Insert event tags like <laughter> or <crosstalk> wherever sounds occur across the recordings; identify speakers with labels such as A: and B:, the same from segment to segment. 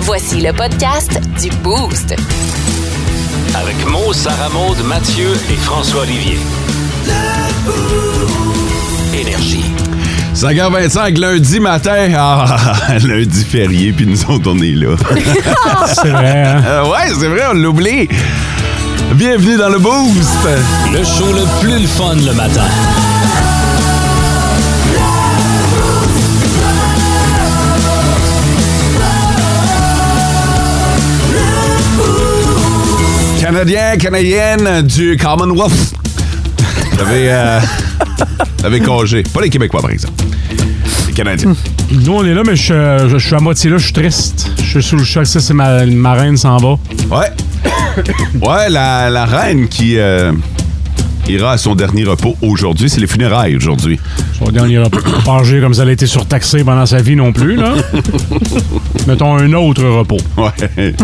A: Voici le podcast du Boost.
B: Avec Mo, Sarah Maud, Mathieu et François Olivier. Énergie.
C: 5h25, lundi matin. <laughs> Ah, lundi férié, puis nous autres, on est
B: <laughs>
C: là.
D: C'est vrai, hein?
C: Euh, ouais, c'est vrai, on l'oublie. Bienvenue dans le Boost.
B: Le show le plus le fun le matin.
C: Canadien, Canadienne du Commonwealth.
B: <laughs>
C: T'avais, euh, t'avais congé. Pas les Québécois, par exemple. Les Canadiens.
D: Nous, on est là, mais je, euh, je- je suis à moitié là, je suis triste. Je suis sous le choc, ça, c'est ma, ma reine s'en va.
C: Ouais. Ouais, la, la reine qui euh, ira à son dernier repos aujourd'hui. C'est les funérailles aujourd'hui.
D: Son dernier rep- pas âgé comme ça, elle a été surtaxée pendant sa vie non
C: <laughs>
D: plus, là. Mettons un autre repos.
C: Ouais. <laughs> fait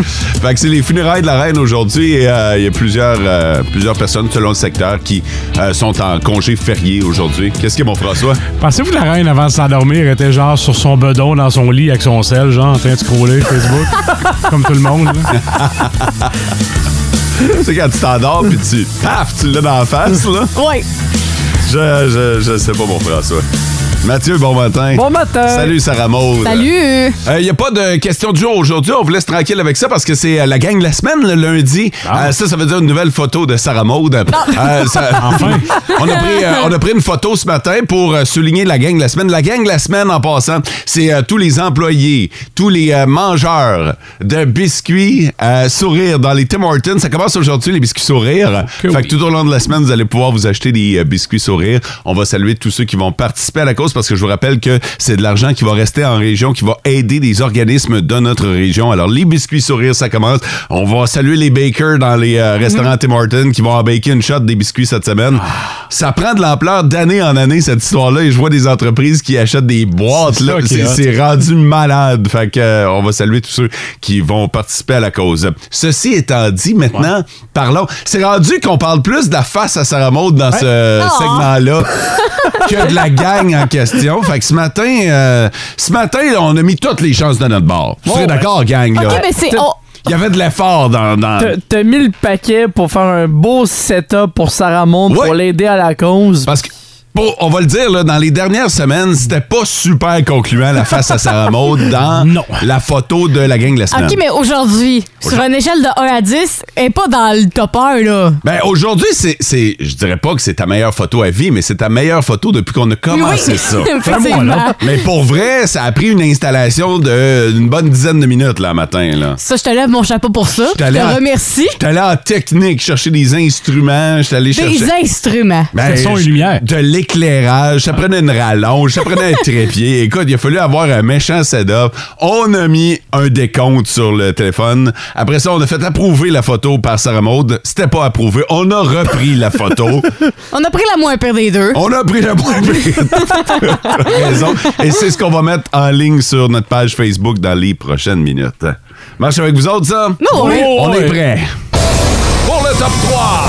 C: que c'est les funérailles de la reine aujourd'hui et euh, il y a plusieurs, euh, plusieurs personnes selon le secteur qui euh, sont en congé férié aujourd'hui. Qu'est-ce que mon François?
D: Pensez-vous que la reine, avant de s'endormir, était genre sur son bedon dans son lit avec son sel, genre en train de scroller Facebook, <laughs> comme tout le monde, là?
C: <laughs> Tu sais, quand tu t'endors puis tu paf, tu l'as dans la face, là?
E: Ouais.
C: Je, je, je sais pas, mon François. Mathieu, bon matin.
E: Bon matin.
C: Salut, Sarah Maud.
E: Salut.
C: Il n'y Euh, a pas de question du jour aujourd'hui. On vous laisse tranquille avec ça parce que c'est euh, la gang de la semaine, le lundi.
D: Ah.
C: Euh, ça, ça veut dire une nouvelle photo de Sarah Maud. Euh,
D: <laughs>
C: ça-
D: Enfin!
C: <laughs> on, a pris, euh, on a pris une photo ce matin pour euh, souligner la gang de la semaine. La gang de la semaine, en passant, c'est euh, tous les employés, tous les euh, mangeurs de biscuits euh, sourires dans les Tim Hortons. Ça commence aujourd'hui, les biscuits sourires.
D: Que
C: fait
D: oui.
C: que tout au long de la semaine, vous allez pouvoir vous acheter des euh, biscuits sourires. On va saluer tous ceux qui vont participer à la cause parce que je vous rappelle que c'est de l'argent qui va rester en région, qui va aider des organismes de notre région. Alors, les biscuits sourires, ça commence. On va saluer les bakers dans les
D: Mhm.
C: euh, restaurants Tim Hortons qui vont en baker une shot des biscuits cette semaine. Ça prend de l'ampleur d'année en année, cette histoire-là. Et je vois des entreprises qui achètent des boîtes.
D: C'est
C: là.
D: ça qui est
C: C'est-
D: hot.
C: c'est c'est rendu malade. Fait que, euh, on va saluer tous ceux qui vont participer à la cause. Ceci étant dit, maintenant, parlons. C'est rendu qu'on parle plus de la face à Sarah Maud dans ce
E: Ah.
D: <laughs>
C: segment-là <laughs> que de la gang en question. Fait que ce matin, euh, ce matin, là, on a mis toutes les chances de notre bord. Vous serez d'accord, gang? là?
E: Ok, mais c'est. oh,
C: Il y avait de l'effort dans. dans-
F: T'as- T'as mis le paquet pour faire un beau setup pour Sarah Monde
C: Ouais.
F: pour l'aider à la cause.
C: Parce que. bon, on va le dire, là, dans les dernières semaines, c'était pas super concluant la face à Sarah Maud dans
D: Non.
C: la photo de la gang de la semaine.
E: OK, mais aujourd'hui, sur une échelle de 1 à 10, elle est pas dans le top 1, là.
C: Ben aujourd'hui, c'est, c'est, je dirais pas que c'est ta meilleure photo à vie, mais c'est ta meilleure photo depuis qu'on a commencé ça.
E: <laughs> Effectivement.
C: Mais pour vrai, ça a pris une installation de- d'une bonne dizaine de minutes là matin là.
E: Ça, je te lève mon chapeau pour ça. Je
C: allé en-
E: te remercie.
C: J'étais allé en technique chercher des instruments, j'étais allé chercher
E: Des instruments.
C: Ben,
D: Le son et
C: je-
D: lumière.
C: De l'éclairage, ça prenait une rallonge, ça prenait un
E: <laughs>
C: trépied. Écoute, il a fallu avoir un méchant set-up. On a mis un décompte sur le téléphone. Après ça, on a fait approuver la photo par Sarah Maud. C'était pas approuvé. On a repris
E: <laughs>
C: la photo.
E: On a pris la moins pire des deux.
C: On a pris la raison. Et c'est ce qu'on va mettre en ligne sur notre page Facebook dans les prochaines minutes. Marche avec vous autres, ça?
E: Non, hein? oui.
C: On est
D: oui.
C: prêts. Pour le top 3!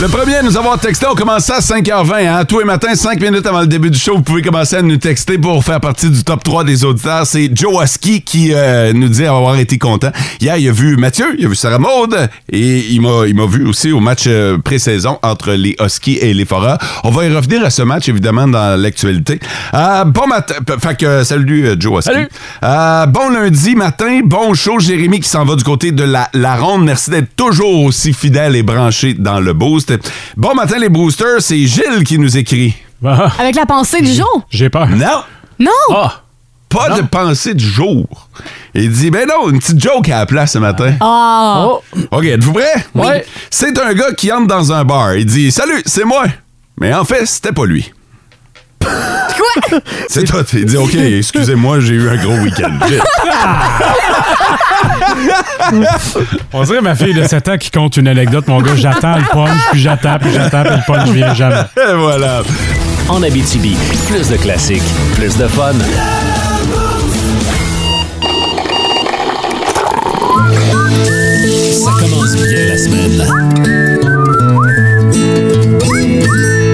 C: Le premier à nous avoir texté, on commence ça à 5h20. Hein? Tous les matins, 5 minutes avant le début du show, vous pouvez commencer à nous texter pour faire partie du top 3 des auditeurs. C'est Joe Aski qui euh, nous dit avoir été content. Hier, il a vu Mathieu, il a vu Sarah Maude et il m'a il m'a vu aussi au match euh, pré-saison entre les Huskies et les Forats. On va y revenir à ce match, évidemment, dans l'actualité. Euh, bon matin. P- Fait que, euh, salut euh, Joe Aski.
F: Salut.
C: Euh, bon lundi matin, bon show Jérémy qui s'en va du côté de la, la ronde. Merci d'être toujours aussi fidèle et branché dans le boost. Bon matin les boosters, c'est Gilles qui nous écrit.
D: Ah,
E: <laughs> Avec la pensée du jour.
D: J'ai peur.
C: Non,
E: Non.
D: Ah!
C: pas de pensée du jour. Il dit, ben non, une petite joke à la place ce matin.
E: Ah.
F: Oh,
C: OK, êtes-vous prêts?
F: Ouais.
C: C'est un gars qui entre dans un bar. Il dit, salut, c'est moi. Mais en fait, c'était pas lui. <laughs>
E: Quoi?
C: C'est tout. Il dit,
D: <laughs>
C: OK, excusez-moi, j'ai eu un gros week-end. Gilles.
E: Ah!
C: Ben.
D: On dirait ma fille de 7 ans qui compte une anecdote, mon gars. J'attends le punch, puis j'attends, puis j'attends, puis le punch
F: <laughs>
D: vient jamais.
C: Et voilà.
B: En Abitibi, plus de classiques, plus de fun. Ça commence bien la semaine.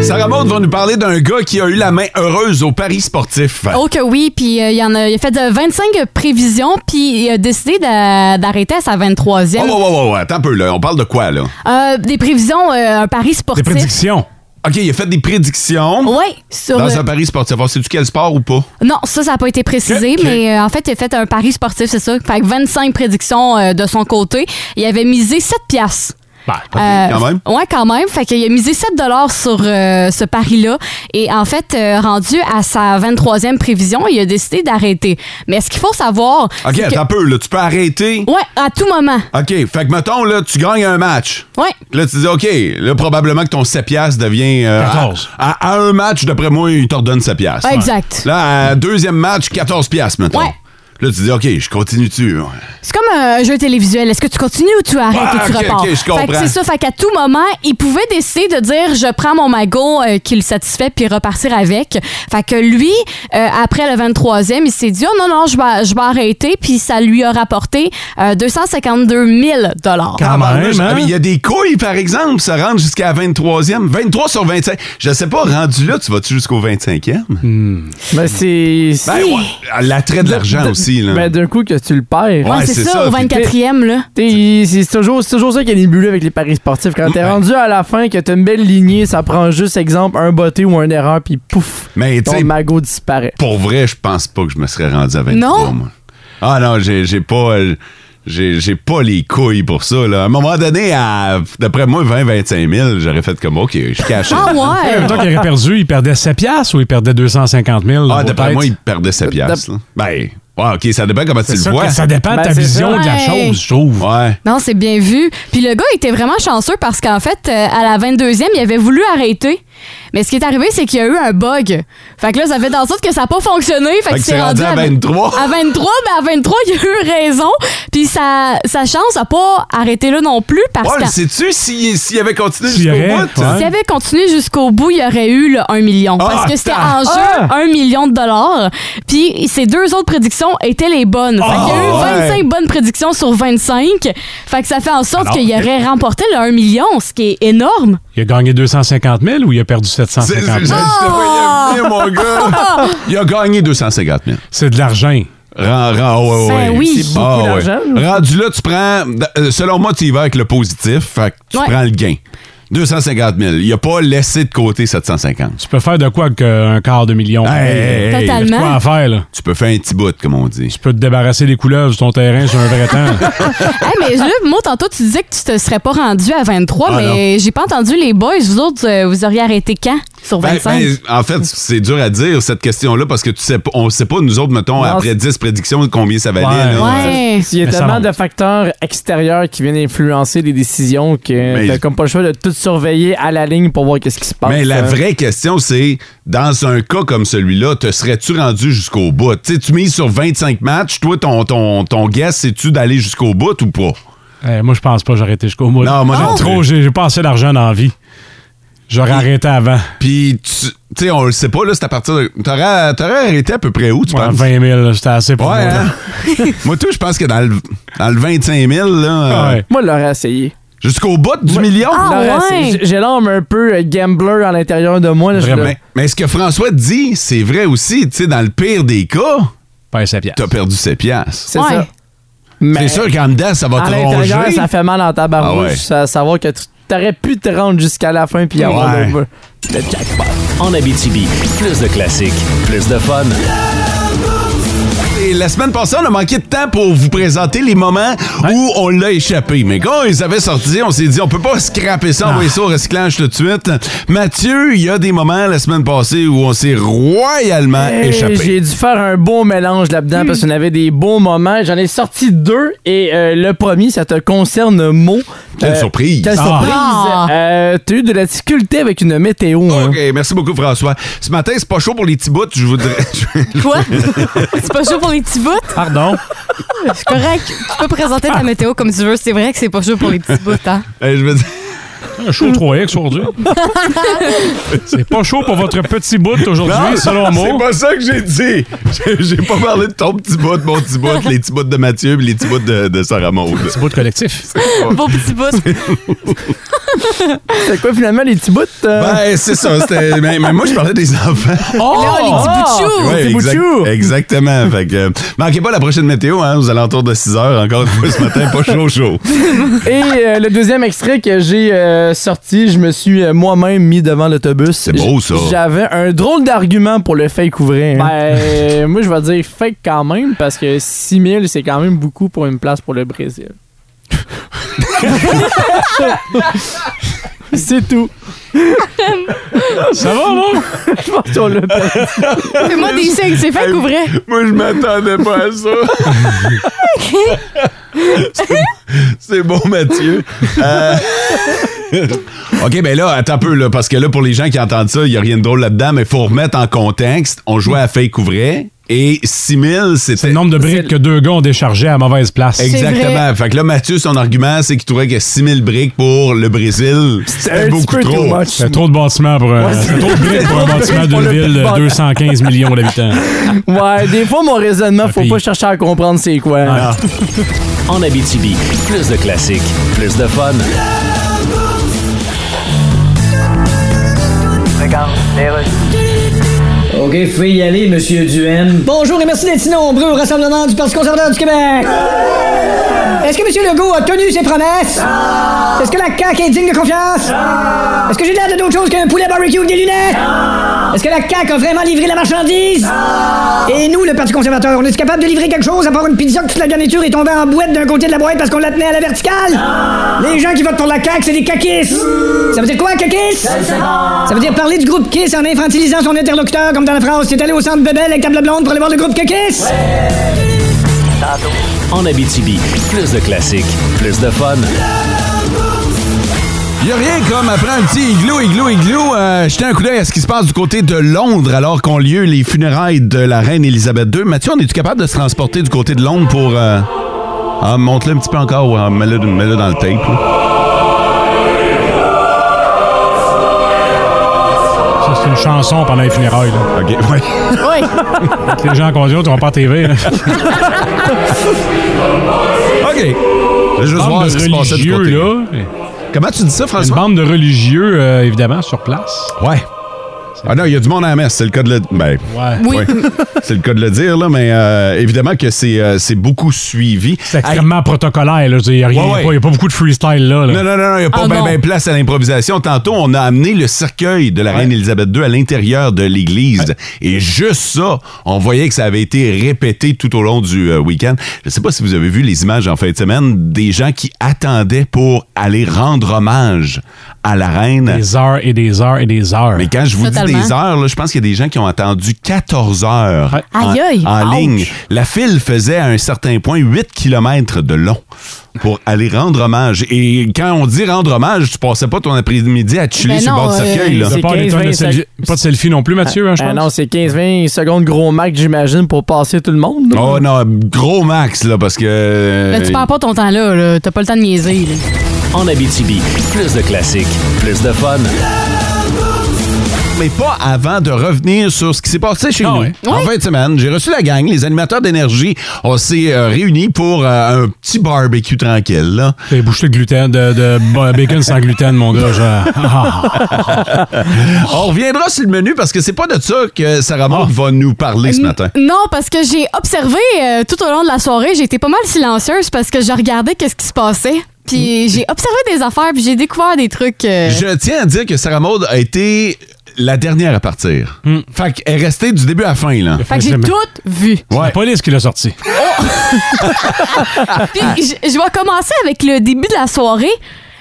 C: Sarah Sarah-Maude va nous parler d'un gars qui a eu la main heureuse au Paris sportif.
E: Oh que oui, puis euh, il y en a, il a fait de 25 prévisions, puis il a décidé d'a- d'arrêter à sa 23e.
C: Oh, ouais, ouais, ouais, ouais, attends un peu, là. On parle de quoi, là?
E: Euh, des prévisions, euh, un pari
D: Des
E: sportif.
D: prédictions.
C: OK, il a fait des prédictions
E: Oui, sur...
C: dans
E: euh,
C: un Paris sportif. Alors, sais-tu quel sport ou pas?
E: Non, ça, ça n'a pas été précisé,
C: Ok, ok.
E: mais euh, en fait, il a fait un pari sportif, c'est ça. Fait que 25 prédictions euh, de son côté. Il avait misé 7 piastres.
D: Bah,
E: Euh,
C: quand même.
E: Ouais, quand même. Fait qu'il a misé 7 sur euh, ce pari-là. Et en fait, euh, rendu à sa 23e prévision, il a décidé d'arrêter. Mais ce qu'il faut savoir.
C: OK,
E: c'est
C: attends un peu, là. Tu peux arrêter.
E: que... Ouais, à tout moment.
C: OK, fait que mettons, là, tu gagnes un match.
E: Ouais.
C: Là, tu dis, OK, là, probablement que ton 7 piastres devient. euh,
D: 14.
C: À, à- à un match, d'après moi, il te redonne 7 piastres.
E: Ouais, exact.
C: Là, à deuxième match, 14 piastres, mettons.
E: Ouais.
C: Là, tu dis, OK, je continue dessus.
E: C'est comme un jeu télévisuel. Est-ce que tu continues ou tu arrêtes
C: Ah,
E: ou tu
C: ok,
E: repars?
C: ok, je
E: Fait que
C: comprends.
E: c'est ça. Fait qu'à tout moment, il pouvait décider de dire je prends mon magot euh, qui le satisfait puis repartir avec. Fait que lui, euh, après le 23e, il s'est dit oh non, non, je vais, je vais arrêter puis ça lui a rapporté euh, 252 000
D: Quand même,
C: Ah,
D: hein?
C: mais Il y a des couilles, par exemple, ça rentre jusqu'à la 23e. 23 sur 25. Je sais pas, rendu là, tu vas-tu jusqu'au 25e?
D: Hmm.
F: Ben, c'est.
C: Ben, ouais, l'attrait de l'argent aussi, là.
F: Ben, d'un coup que tu le perds.
C: Ouais,
E: Ouais, c'est
C: c'est
E: ça,
C: ça,
E: au
C: puis-
E: 24e, là.
F: T'sais, il- C'est toujours, c'est toujours ça qui est nébuleux avec les paris sportifs. Quand t'es rendu à la fin, que t'as une belle lignée, ça prend juste, exemple, un botté ou une erreur, puis pouf,
C: Mais, tu
F: ton
C: sais,
F: magot disparaît.
C: pour vrai, je pense pas que je me serais rendu à 23,
E: Non?
C: moi. Ah non, j'ai j'ai pas... euh, J'ai j'ai pas les couilles pour ça, là. À un moment donné, à, d'après moi, 20-25 000, j'aurais fait comme, OK, je cache.
E: Ah
D: Ouais,
E: ouais!
D: mettons qu'il aurait perdu, il perdait 7 piastres ou il perdait 250 000.
C: Ah, d'après
D: peut-être.
C: moi, il perdait sa piastre. là. Ben, ouais, OK, ça dépend comment tu
D: C'est
C: le
D: ça,
C: vois.
D: que ça dépend de
F: Ben,
D: ta
F: c'est
D: vision
E: ça.
D: de la
E: Ouais.
D: chose, je trouve.
C: Ouais.
E: Non, c'est bien vu. Puis le gars était vraiment chanceux parce qu'en fait, euh, à la 22e, il avait voulu arrêter. Mais ce qui est arrivé, c'est qu'il y a eu un bug. Fait que là, ça fait dans le sorte que ça n'a pas fonctionné. Fait,
C: que
E: qu'il
C: c'est
E: s'est
C: rendu à 23.
E: À 23, mais à 23, il a eu raison. Puis sa, sa chance n'a pas arrêté là non plus parce
C: Paul,
E: que
C: sais-tu si- s'il avait continué
D: S'il
C: jusqu'au
D: aurait,
C: bout?
D: ouais.
E: s'il avait continué jusqu'au bout, il y aurait eu le 1 million.
C: Ah,
E: parce que c'était
C: attends.
E: en jeu 1 million de dollars. Puis ses deux autres prédictions étaient les bonnes. Fait qu'il y a eu
C: Ah, ouais.
E: 25 bonnes prédictions sur 25. Fait que ça fait en sorte
C: Ah
D: Alors,
E: qu'il aurait remporté le 1 million, ce qui est
C: <laughs>
E: énorme.
D: Il a gagné 250 000 ou il a perdu
C: C'est-
D: 750
C: c'est- Je
D: 000?
E: Ah!
C: je te voyais venir, mon
E: <laughs>
C: gars. Ah, Il a gagné 250 000.
D: C'est de l'argent.
C: Rend- rend- ouais, ouais,
E: Ben
C: ouais.
E: oui.
F: C'est beaucoup
C: Ah, ouais.
F: d'argent,
C: Rendu là, tu prends. euh, Selon moi, tu y vas avec le positif. Fait que tu
E: Ouais.
C: prends le gain. 250 000. Il a pas laissé de côté 750.
D: Tu peux faire de quoi avec euh, un quart de million?
C: Hey, hey, hey.
D: Il y a de quoi à faire, là?
C: Tu peux faire un petit bout, comme on dit.
D: Tu peux te débarrasser des couleuvres sur ton terrain sur un vrai
C: <laughs>
D: temps.
E: Hey, mais là, moi, tantôt, tu disais que tu te serais pas rendu à 23,
C: Ah,
E: mais j'ai pas entendu les boys. Vous autres, euh, vous auriez arrêté quand sur
C: Ben,
E: 25?
C: ben, en fait, c'est dur à dire, cette question-là, parce que tu sais, pas- on sait pas, nous autres, mettons,
F: Non,
C: après
F: c'est-
C: 10 prédictions, combien ça valait.
D: Ouais.
C: là.
E: ouais.
F: Il y a
D: Mais ça
F: tellement
D: monte.
F: de facteurs extérieurs qui viennent influencer les décisions que
C: Mais-
F: t'as comme pas le choix de tout surveiller à la ligne pour voir qu'est-ce qui se
D: Ah,
F: passe.
C: Mais la
F: Euh,
C: vraie question, c'est dans un cas comme celui-là, te serais-tu rendu jusqu'au bout? Tu sais, tu mises sur 25 matchs, toi, ton, ton, ton guess, c'est-tu d'aller jusqu'au bout ou pas?
D: Eh, moi, je pense pas que j'aurais été jusqu'au bout.
C: Non, moi non
D: j'ai trop,
C: plus.
D: j'ai j'ai pas assez d'argent dans la vie. J'aurais arrêté avant.
C: Puis, tu tu sais, on le sait pas, là, c'est à partir de. T'aurais t'aurais arrêté à peu près où, tu
D: Moi,
C: penses?
D: 20 000, là, c'était assez pour
C: Ouais,
D: moi.
C: hein? <laughs> Moi, tout, je pense que dans le, dans le 25 000, là, euh,
D: Ouais.
F: Moi, je l'aurais essayé.
C: jusqu'au bout du million.
E: Ah,
F: Je l'aurais
E: ouais?
F: essayé. J'ai- J'ai l'âme un peu euh, gambler à l'intérieur de moi. là, je-
D: Vraiment.
C: Mais, mais ce que François dit, c'est vrai aussi. Tu sais, dans le pire des cas,
D: Pas assez pièce.
C: t'as perdu 7 piastres.
F: C'est
E: Ouais.
F: ça. Mais
C: C'est sûr qu'en dedans, ça va
F: à
C: te
F: l'intérieur,
C: ronger.
F: ça fait mal en
C: Ah ouais.
F: tabarouche. ça- Savoir que tu t'aurais pu te rendre jusqu'à la fin puis avoir
C: Ouais.
F: l'over.
B: Le jackpot. En Abitibi, plus de classiques, plus de fun.
C: Et la semaine passée, on a manqué de temps pour vous présenter les moments où on l'a échappé. Mais quand ils avaient sorti, on s'est dit, on peut pas scraper ça,
D: Ah.
C: envoyer ça au recyclage tout de suite. Mathieu, il y a des moments la semaine passée où on s'est royalement
F: Hey,
C: échappé.
F: J'ai dû faire un beau mélange là-dedans parce qu'on avait des beaux moments. J'en ai sorti deux et euh, le premier, ça te concerne mot.
C: Quelle surprise!
F: Quelle
D: Ah.
F: surprise!
E: Ah.
F: Euh, T'as eu de la difficulté avec une météo. hein.
C: OK, merci beaucoup, François. Ce matin, c'est pas chaud pour les petits bouts, <laughs> je vous dirais.
E: Quoi?
C: <laughs>
E: c'est pas chaud pour les petits bouts?
D: Pardon?
C: <laughs>
E: C'est correct. Tu peux présenter ta météo comme tu veux. C'est vrai que c'est pas chaud pour les petits bouts, hein?
C: Euh, je veux dire-
D: Un show 3X aujourd'hui. C'est pas chaud pour votre petit bout
C: Non,
D: aujourd'hui, selon moi.
C: C'est pas ça que j'ai dit. J'ai- J'ai pas parlé de ton petit bout, de mon petit bout, les petits bouts de Mathieu et les petits bouts de, de Sarah Maud.
D: Petit bout de collectif.
E: Beau petit bout.
F: C'est quoi finalement les petits bouts? euh?
C: <laughs> Ben, c'est ça. c'était- Mais, mais moi, je parlais des enfants.
F: oh!
E: Là, les
D: Ah!
E: petits bouts de chou.
C: Ouais,
F: petit bout de
C: exact-
F: chou.
C: exactement. Fait que, euh, manquez pas la prochaine météo, hein, aux alentours de 6 heures, encore une fois ce matin, pas
E: <laughs>
C: chaud, chaud.
F: Et euh, le deuxième extrait que j'ai euh, sorti, je me suis euh, moi-même mis devant l'autobus. C'est
C: beau, ça.
F: J'avais un drôle d'argument pour le fake ouvrir. Ben, moi, je vais dire fake quand même, parce que 6000, c'est quand même beaucoup pour une place pour le Brésil.
C: <laughs>
F: c'est tout.
D: Ça va, non?
F: Je pense qu'on l'a pas.
E: Fais-moi des signes, <laughs> c'est fait ou vrai?
C: Moi, je m'attendais pas à
E: <laughs>
C: ça. <laughs> C'est- C'est bon, Mathieu. Euh, OK, ben là, attends un peu, là, parce que là, pour les gens qui entendent ça, il n'y a rien de drôle là-dedans, mais faut remettre en contexte. On jouait à fake ou vrai, et 6000,
D: C'est
C: c'était...
D: le nombre de briques que deux gars ont déchargé à mauvaise place.
C: Exactement. Fait que là, Mathieu, son argument, c'est qu'il trouvait que 6000 briques pour le Brésil, c'était
F: un
C: beaucoup
F: petit peu
C: trop.
F: too much.
D: C'est trop de bâtiments pour un,
F: <laughs> Ouais, c'est-
D: c'est trop de briques pour un
F: Trop de
D: bâtiment
F: briques pour
D: d'une
F: le
D: ville de
F: bâtiment.
D: 215 millions d'habitants.
F: Ouais, des fois, mon raisonnement, faut
D: puis-
F: pas chercher à comprendre c'est quoi.
C: Ah.
B: En Abitibi, plus de classiques, plus de fun.
G: OK, fais y aller, Monsieur Duhem. Bonjour et merci d'être si nombreux au Rassemblement du Parti conservateur du Québec. Est-ce que Monsieur Legault a tenu ses promesses? Est-ce que la CAQ est digne de confiance? Est-ce que j'ai l'air de d'autre chose qu'un poulet barbecue avec des lunettes? Est-ce que la CAQ a vraiment livré la marchandise? Et nous, le Parti conservateur, on est capable de livrer quelque chose à part une pizza que toute la garniture est tombée en boîte d'un côté de la boîte parce qu'on la tenait à la verticale? Les gens qui votent pour la CAQ, c'est des caquistes! Ça veut dire quoi, caquistes? Ça veut dire parler du groupe Kiss en infantilisant son interlocuteur, comme dans la France. C'est allé au centre Bebel avec table blonde pour aller voir le groupe que Kiss?
B: En Abitibi, plus de classiques, plus de fun.
C: Il a rien comme après un petit igloo, igloo, igloo, euh, jeter un coup d'œil à ce qui se passe du côté de Londres alors qu'ont lieu les funérailles de la reine Elisabeth II. Mathieu, on est-tu capable de se transporter du côté de Londres pour... euh, Ah, monte-le un petit peu encore, ouais, mets-le mets-le dans le tape. là.
D: Ça, c'est une chanson pendant les funérailles. Là.
C: OK, ouais.
E: Oui.
D: Avec Les gens qu'on dit, on ne pas à TV. là.
C: OK. Je veux <laughs> juste
D: Bande
C: voir
D: de
C: ce qui se passait du
D: religieux,
C: côté.
D: là.
C: Comment tu dis ça,
D: Une
C: François?
D: bande de religieux, euh, évidemment, sur place.
C: Ouais. Ah non, il y a du monde à la messe, c'est le cas de le... Ben,
D: Ouais.
E: Oui.
C: ouais. c'est le cas de le dire, là, mais euh, évidemment que c'est euh, c'est beaucoup suivi.
D: C'est extrêmement protocolaire. là. Il n'y a, rien-
C: Ouais, ouais.
D: y a pas- y a pas beaucoup de freestyle là. là.
C: Non, non, non, il n'y a pas
E: Ah,
C: bien
E: non.
C: place à l'improvisation. Tantôt, on a amené le cercueil de la reine Elisabeth II à l'intérieur de l'église. Et juste ça, on voyait que ça avait été répété tout au long du euh, week-end. Je ne sais pas si vous avez vu les images en fin de semaine des gens qui attendaient pour aller rendre hommage à la reine.
D: Des heures et des heures et des heures.
C: Mais quand je vous
E: Totalement.
C: dis des heures, là, je pense qu'il y a des gens qui ont attendu 14 heures
D: Ouais.
C: en,
E: Aïe, aïe.
C: en
E: Ouch.
C: ligne. La file faisait à un certain point 8 km de long pour aller rendre hommage. Et quand on dit rendre hommage, tu passais pas ton après-midi à chiller
E: Ben
C: sur le
E: non,
C: bord du
E: euh,
C: cercueil. là.
D: Il doit
F: Oh, C'est
D: pas, avoir des
F: 15,
D: tonnes de
F: 20,
D: selfie- pas de selfie non plus, Mathieu, hein, je
F: Ah
D: pense.
F: non, c'est 15-20 secondes gros max, j'imagine, pour passer tout le monde. là.
C: Oh non, gros max, là, parce que... euh,
E: Là, tu perds pas ton temps là, là. T'as pas le temps de niaiser, là.
B: En Abitibi, plus de classiques, plus de fun.
C: mais pas avant de revenir sur ce qui s'est passé chez
D: Ah
C: nous.
D: ouais?
C: En fin de semaine, j'ai reçu la gang, les animateurs d'énergie. On s'est euh, réunis pour euh, un petit barbecue tranquille, là.
D: Des bouchées de gluten, de, de ba- bacon sans gluten, mon gars. genre. Ah,
C: <laughs> On reviendra sur le menu parce que c'est pas de ça que Sarah Maud
D: Ah.
C: va nous parler
E: Euh,
C: ce matin.
E: Non, parce que j'ai observé euh, tout au long de la soirée, j'ai été pas mal silencieuse parce que je regardais qu'est-ce qui se passait. Puis j'ai observé des affaires, puis j'ai découvert des trucs. euh,
C: Je tiens à dire que Sarah Maud a été la dernière à partir. Fait qu'elle est restée du début à la fin, là.
E: Hmm. Fait que j'ai
D: Jamais.
E: tout vu.
D: C'est
C: Ouais.
D: la police qui l'a sorti.
E: <laughs> Puis je, je vais commencer avec le début de la soirée.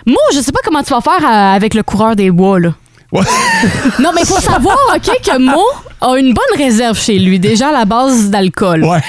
E: Moi, je sais pas comment tu vas faire euh, avec le coureur des bois, là.
C: Ouais.
E: <laughs> Non, mais faut savoir, OK, que Mo a une bonne réserve chez lui, déjà à la base d'alcool.
C: Ouais.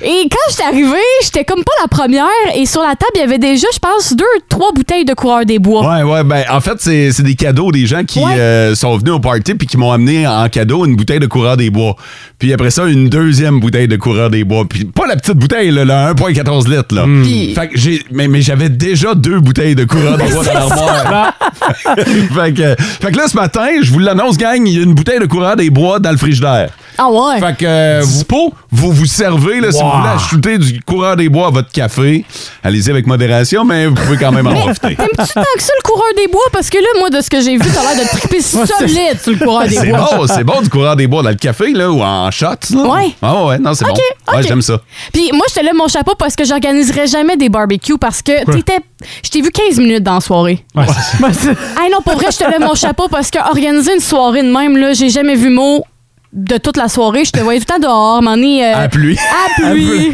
E: Et quand j'étais arrivée, j'étais comme pas la première. Et sur la table, il y avait déjà, je pense, deux, trois bouteilles de coureur des bois.
C: Ouais, ouais, ben en fait, c'est c'est des cadeaux des gens qui euh, sont venus au party puis qui m'ont amené en cadeau une bouteille de coureur des bois. Puis après ça, une deuxième bouteille de coureur des bois. Puis pas la petite bouteille, là, la 1.14 litres, là.
E: Puis-
C: Fait que j'ai... Mais, mais j'avais déjà deux bouteilles de coureur des bois dans l'armoire. <laughs> fait, que, fait que là, ce matin, je vous l'annonce, gang, il y a une bouteille de coureur des bois dans le frigidaire.
E: Ah ouais.
C: Fait que euh, vous, vous vous servez, là, si vous
D: Wow.
C: voulez ajouter du coureur des bois à votre café, allez-y avec modération, mais vous pouvez quand même
E: <laughs>
C: en profiter.
E: T'aimes-tu tant que ça le coureur des bois? Parce que là, moi, de ce que j'ai vu, t'as l'air de
C: <laughs>
E: triper solide sur le coureur des
C: C'est
E: bois.
C: bon, c'est bon du coureur des bois dans le café, là, ou en shot, là.
E: Ouais.
C: Ah ouais, non, c'est
E: Ok,
C: bon. Ouais,
E: ok.
C: j'aime ça.
E: Puis moi, je te lève mon chapeau parce que j'organiserai jamais des barbecues parce que t'étais. Je t'ai vu 15 minutes dans la soirée.
D: Ouais, c'est ça.
E: Ah non, pour vrai, je te lève mon chapeau parce que organiser une soirée de même, là, j'ai jamais vu mot de toute la soirée. Je te voyais tout le temps dehors, m'en est. euh, <laughs>
C: À la pluie.
E: à pluie.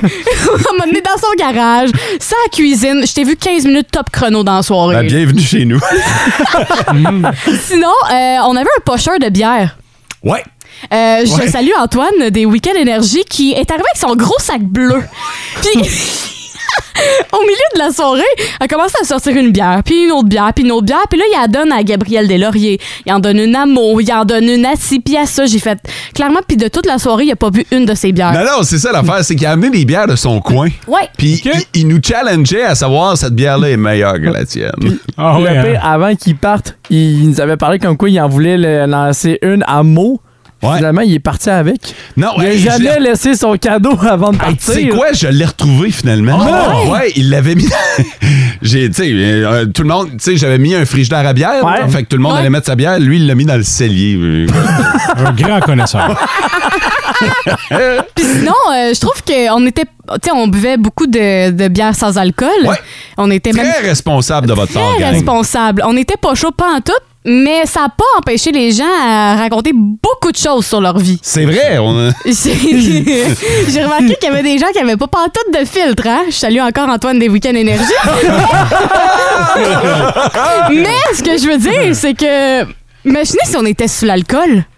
E: m'en est dans son garage, sans cuisine. Je t'ai vu 15 minutes top chrono dans la soirée.
C: Ben, bienvenue
E: <laughs>
C: chez nous.
E: Sinon, euh, on avait un pocheur de bière.
C: ouais.
E: Euh, je
C: Ouais.
E: salue Antoine des Week-ends Énergie qui est arrivé avec son gros sac bleu. Puis, <laughs> au milieu de la soirée, a commencé à sortir une bière, puis une autre bière, puis une autre bière. Puis là, il la donne à Gabriel Deslauriers. Il en donne une à Mo, il en donne une à six pièces. Ça, j'ai fait. Clairement, puis de toute la soirée, il a pas bu une de ces bières.
C: Non, non, c'est ça l'affaire, c'est qu'il a amené des bières de son coin.
E: Ouais.
C: Puis
D: Ok.
C: il, il nous challengeait à savoir cette bière-là est meilleure que la tienne.
D: Ah
F: le
D: ouais,
F: pire,
D: hein.
F: avant qu'il parte, il nous avait parlé comme quoi il en voulait le- lancer une à mots.
C: Ouais.
F: Finalement, il est parti avec.
C: Non,
F: il a
C: hey, je
F: jamais
C: l'ai-
F: laissé son cadeau <laughs> avant de
C: Hey, tu
F: partir.
C: sais quoi, je l'ai retrouvé finalement.
F: Ah,
C: ouais. il l'avait mis. <laughs> J'ai, tu sais, euh, tout le monde, tu sais, j'avais mis un frigidaire à bière.
F: Ouais.
C: là, Fait que tout le monde
E: Ouais.
C: allait mettre sa bière. Lui, il l'a mis dans le cellier.
D: <laughs> un
C: <laughs>
D: grand connaisseur.
E: Puis sinon, euh, je trouve qu'on était. Tu sais, on buvait beaucoup de, de bières sans alcool.
C: Ouais.
E: On était même
C: Très responsable de votre part,
E: très
C: gang.
E: responsable. On n'était pas chaud, pas en tout, mais ça n'a pas empêché les gens à raconter beaucoup de choses sur leur vie.
C: C'est
E: <laughs>
C: vrai, on a-
E: J'ai j'ai remarqué qu'il y avait des gens qui n'avaient pas pantoute de filtre. Hein? Je salue encore Antoine des Week-ends Énergie. mais ce que je veux dire, c'est que... Imaginez si on était sous l'alcool. À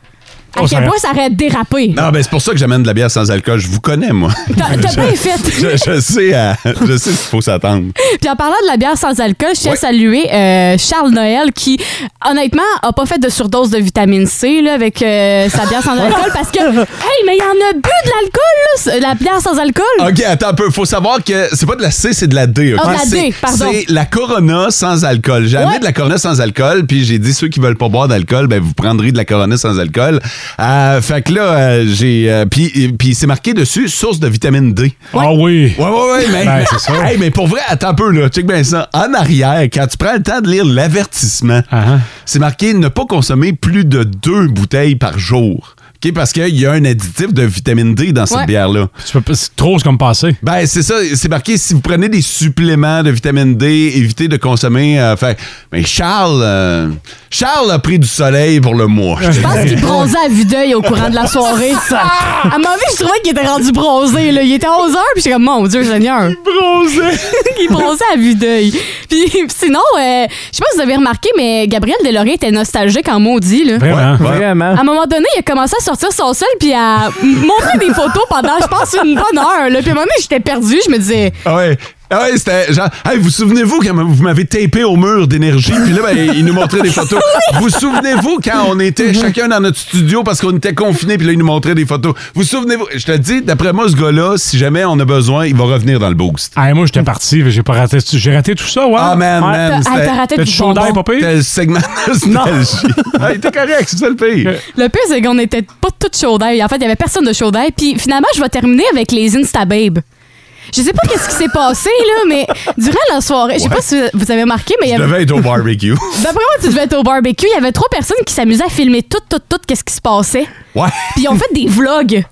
D: Oh, ça
E: quel
D: aurait-
E: point ça aurait dérapé.
C: Non, ben c'est pour ça que j'amène de la bière sans alcool. Je vous connais, moi.
E: T'as t'as bien fait.
C: <laughs> Je, je sais, euh, je sais qu'il faut s'attendre.
E: Puis en parlant de la bière sans alcool, je tiens
C: Ouais.
E: à saluer euh, Charles Noël qui, honnêtement, a pas fait de surdose de vitamine C là, avec euh, sa bière sans alcool parce que, hey, mais il y en a bu de l'alcool, là, c- la bière sans alcool.
C: OK, attends un peu. Faut savoir que c'est pas de la C, c'est de la D. ok?
E: Ah, de la
C: C'est-
E: D, pardon.
C: C'est la Corona sans alcool. J'ai amené
E: Ouais.
C: de la Corona sans alcool, puis j'ai dit ceux qui veulent pas boire d'alcool, ben vous prendrez de la Corona sans alcool. Euh, fait que là, euh, j'ai. euh, puis et- puis c'est marqué dessus source de vitamine D.
D: Ah oui.
C: Ouais, ouais, ouais, mais.
D: Ben, c'est ça.
C: Hey, mais pour vrai, attends un peu, là. Check bien ça. En arrière, quand tu prends le temps de lire l'avertissement,
D: Ah, ah.
C: c'est marqué ne pas consommer plus de deux bouteilles par jour. OK? Parce qu'il y a un additif de vitamine D dans cette
E: Ouais.
C: bière-là.
D: Tu peux pas- c'est trop, c'est comme passé.
C: Ben, c'est ça, c'est marqué si vous prenez des suppléments de vitamine D, évitez de consommer. euh, fait- mais Charles, euh, Charles a pris du soleil pour le mois. je te
E: Je pense qu'il bronzait à vue d'œil au courant de la soirée. À un moment donné, je trouvais qu'il était rendu bronzé. Là. Il était 11 h puis j'étais comme, mon Dieu, Seigneur. <laughs> Il bronzait à vue d'œil. Puis sinon, euh, je sais pas si vous avez remarqué, mais Gabriel Deslauriers était nostalgique en maudit. Là.
D: Vraiment.
C: Ouais.
F: Vraiment.
E: À un moment donné, il a commencé à sortir son sel puis à m- montrer des photos pendant, je pense, une bonne heure. Là. Puis à un moment donné, j'étais perdue. Je me disais,
C: Ah ouais. Ah ouais, c'était genre, hey, vous souvenez-vous quand vous m'avez tapé au mur d'énergie, puis là, ben, il nous montrait
E: <laughs>
C: des photos. Vous souvenez-vous quand on était chacun dans notre studio parce qu'on était confinés, puis là, il nous montrait des photos. Vous souvenez-vous, je te le dis, d'après moi, ce gars-là, si jamais on a besoin, il va revenir dans le
D: <laughs>
C: boost.
D: Ah, moi, j'étais parti, mais j'ai pas raté. J'ai raté tout ça, ouais.
C: Ah, man,
D: Ouais.
E: t'as
C: man,
E: hey, t'as raté
D: T'as
E: du
D: du chaud d'air,
E: bonbon.
D: papa?
C: c'était le segment <laughs> nostalgie. Ah, il était correct, c'est ça le pire.
E: Le pire, c'est qu'on n'était pas toutes chaud d'ail. En fait, il y avait personne de chaud d'ail. Puis finalement, je vais terminer avec les Instababes. Je sais pas qu'est-ce qui s'est passé, là, mais durant la soirée, je sais pas si vous avez remarqué, mais il y
C: Je
E: avait-
C: devais être au barbecue.
E: d'après moi, tu devais être au barbecue. Il y avait trois personnes qui s'amusaient à filmer tout, tout, tout, qu'est-ce qui se passait.
C: Ouais. <laughs>
E: Puis ils ont fait des vlogs.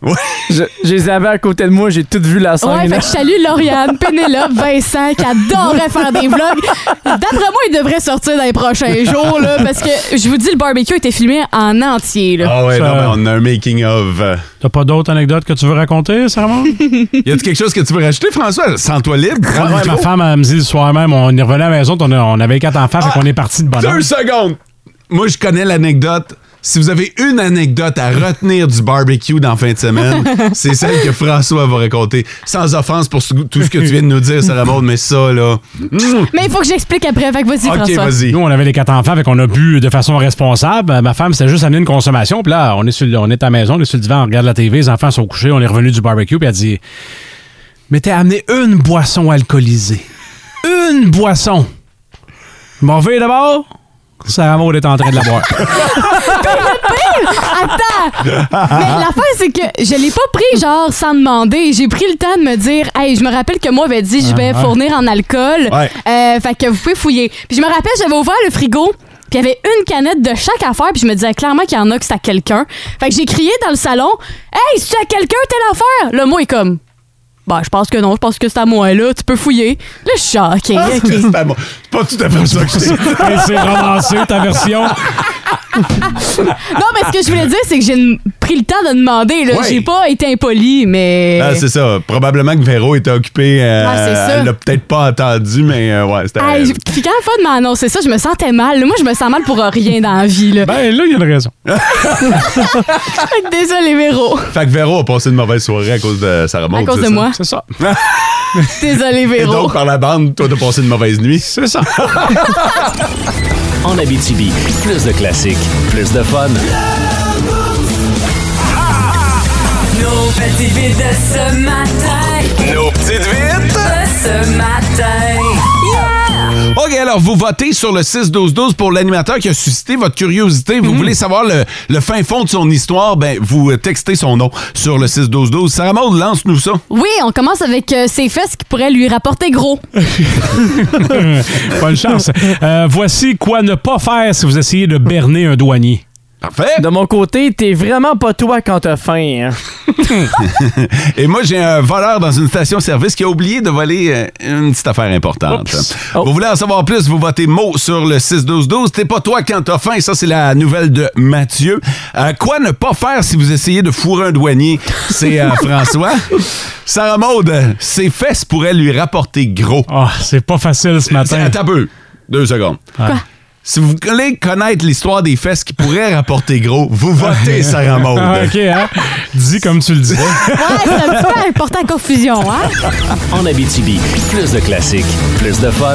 F: Je, je les avais à côté de moi, j'ai tout vu la
E: Ouais,
F: scène.
E: fait que je salue Lauriane, Pénélope, Vincent, qui adoraient faire des vlogs. D'après moi, ils devraient sortir dans les prochains jours, là, parce que je vous dis, le barbecue était filmé en entier, là.
C: Ah ouais,
D: Ça-
C: non, mais on a un making of. euh.
D: T'as pas d'autres anecdotes que tu veux raconter, Sarah?
C: <laughs> Y a-tu quelque chose que tu veux rajouter, François? Sens-toi libre. prends le
D: Ah ma
C: micro.
D: femme, elle me dit le soir même, on est
C: Ah,
D: revenu à la maison, on, a- on avait quatre enfants, fait qu'on est parti de bonne
C: Deux
D: heure.
C: secondes. Moi, je connais l'anecdote. si vous avez une anecdote à retenir du barbecue dans la fin
E: <laughs>
C: de semaine, c'est celle que François va raconter. Sans offense pour ce- tout ce que tu viens de nous dire, Sarah Maud, mais ça, là. mm,
E: Mais il faut que j'explique après. Fait que vas-y,
C: Ok,
E: François.
C: vas-y.
D: Nous, on avait les quatre enfants, fait qu'on a bu de façon responsable. Euh, Ma femme s'est juste amenée une consommation. Puis là, on est, sur, le- on est à la maison, on est sur le divan, on regarde la TV, les enfants sont couchés, on est revenu du barbecue, puis elle dit Mais t'as amené une boisson alcoolisée. Une boisson. Je m'en vais d'abord. Sarah Maud est en train de la boire.
E: Attends! <laughs> Mais
C: Ah,
D: <laughs>
E: l'affaire, c'est que je l'ai pas pris, genre, sans demander. J'ai pris le temps de me dire, hey, je me rappelle que moi, avait dit, je vais
D: Ah, ouais.
E: fournir en alcool.
C: Ouais.
E: Euh, fait que vous pouvez fouiller. Puis je me rappelle, j'avais ouvert le frigo. Puis il y avait une canette de chaque affaire, puis je me disais clairement qu'il y en a que c'est à quelqu'un. Fait que j'ai crié dans le salon Hey, c'est à quelqu'un telle affaire Le mot est comme Bah, je pense que non, je pense que c'est à moi, là, tu peux fouiller. Là, je suis genre, OK, OK.
C: C'est pas bon. C'est pas tout à fait ça que je dis.
D: Et c'est romancé, ta version.
E: Non, mais ce que je voulais dire, c'est que j'ai n- pris le temps de demander. Là.
C: Ouais.
E: J'ai pas été impoli, mais.
C: Ah, c'est ça. Probablement que Véro était occupé. euh,
E: Eh. Ah, c'est ça.
C: elle l'a peut-être pas entendu, mais euh, ouais, c'était.
E: Hey, j- puis quand la fois de m'annoncer ça, je me sentais mal. Moi, je me sens mal pour rien dans la vie. Là. <laughs>
D: Ben là, il y a une raison.
E: Fait que Désolé, Véro.
C: <laughs> Fait que Véro a passé une mauvaise soirée à cause de Sarah Maud.
E: À cause
C: c'est
E: de
C: ça? <laughs>
E: moi.
D: C'est ça.
E: Désolé,
C: Et
E: Véro.
C: donc, par la bande, toi, t'as passé une mauvaise nuit.
D: C'est ça.
B: <laughs> En Abitibi, plus de classiques, plus de fun.
H: Nos petites vites de ce matin.
B: Nos petites vites!
H: De ce matin.
C: OK, alors vous votez sur le 6-12-12 pour l'animateur qui a suscité votre curiosité. Vous voulez savoir le, le fin fond de son histoire, ben vous euh, textez son nom sur le 6-12-12. Sarah Maud, lance-nous ça.
E: Oui, on commence avec euh, ses fesses qui pourraient lui rapporter
D: <laughs>
E: gros.
D: Bonne chance. Euh, voici quoi ne pas faire si vous essayez de berner un douanier.
C: Parfait.
F: De mon côté, t'es vraiment pas toi quand <laughs> t'as faim. hein.
C: <laughs> Et moi, j'ai un voleur dans une station-service qui a oublié de voler euh, une petite affaire importante.
D: Oups. Oh.
C: Vous voulez en savoir plus, vous votez mot sur le 6-12-12. T'es pas toi quand t'as faim, ça c'est la nouvelle de Mathieu. Euh, quoi ne pas faire si vous essayez de fourrer un douanier, c'est
D: <laughs>
C: euh, François. Sarah Maud, euh, ses fesses pourraient lui rapporter gros.
D: Ah, c'est pas facile ce
C: C'est-
D: matin.
C: Attends un peu. Deux secondes. Si vous voulez connaître l'histoire des fesses qui pourraient rapporter gros, vous
D: <laughs>
C: votez Sarah Maud.
D: Ah, ok, hein? Dis comme tu le dis.
E: Ouais, c'est un petit peu important à confusion, hein?
B: <laughs> En Abitibi, plus de classiques, plus de fun.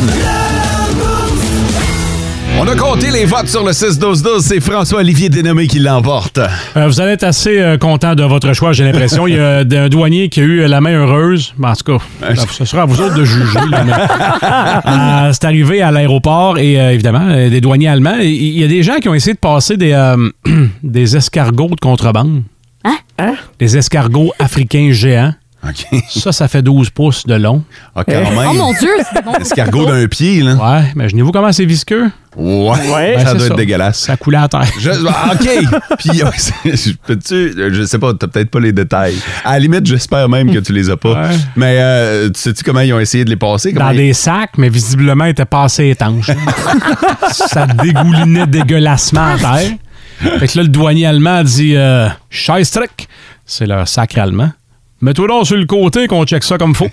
C: On a compté les votes sur le 6-12-12. C'est François-Olivier Dénommé qui l'emporte.
D: Euh, vous allez être assez euh, content de votre choix, j'ai l'impression. Il
C: <laughs>
D: y a d- un douanier qui a eu euh, la main heureuse. Ben, en tout cas, là, ce sera à vous autres de juger.
C: <laughs>
D: là, mais- Euh, c'est arrivé à l'aéroport et euh, évidemment, euh, des douaniers allemands. Et Il y a des gens qui ont essayé de passer des, euh, <clears throat> des escargots de contrebande.
E: Hein?
D: Des escargots africains géants.
C: OK.
D: Ça, ça fait 12 pouces de long.
C: Ah, quand
E: Oh mon
C: même.
E: Dieu! c'est bon.
C: Escargot d'un pied, là.
D: Ouais, imaginez-vous comment c'est visqueux.
C: Ouais.
D: Ben,
C: Ça
D: c'est
C: doit être dégueulasse.
D: Ça coulait à terre.
C: Je- ah,
D: <laughs>
C: OK. Puis, ouais, c'est- je- peux-tu- euh, je sais pas, t'as peut-être pas les détails. À la limite, j'espère même que tu les as pas.
D: Ouais.
C: Mais euh, tu sais-tu comment ils ont essayé de les passer? Comment
D: dans
C: ils- <laughs>
D: des sacs, mais visiblement était passé étanche. ça dégoulinait dégueulassement à terre. Fait que là, le douanier allemand a dit euh, Scheißdreck, c'est leur sac allemand. Mets-toi donc sur le côté qu'on check ça comme faut.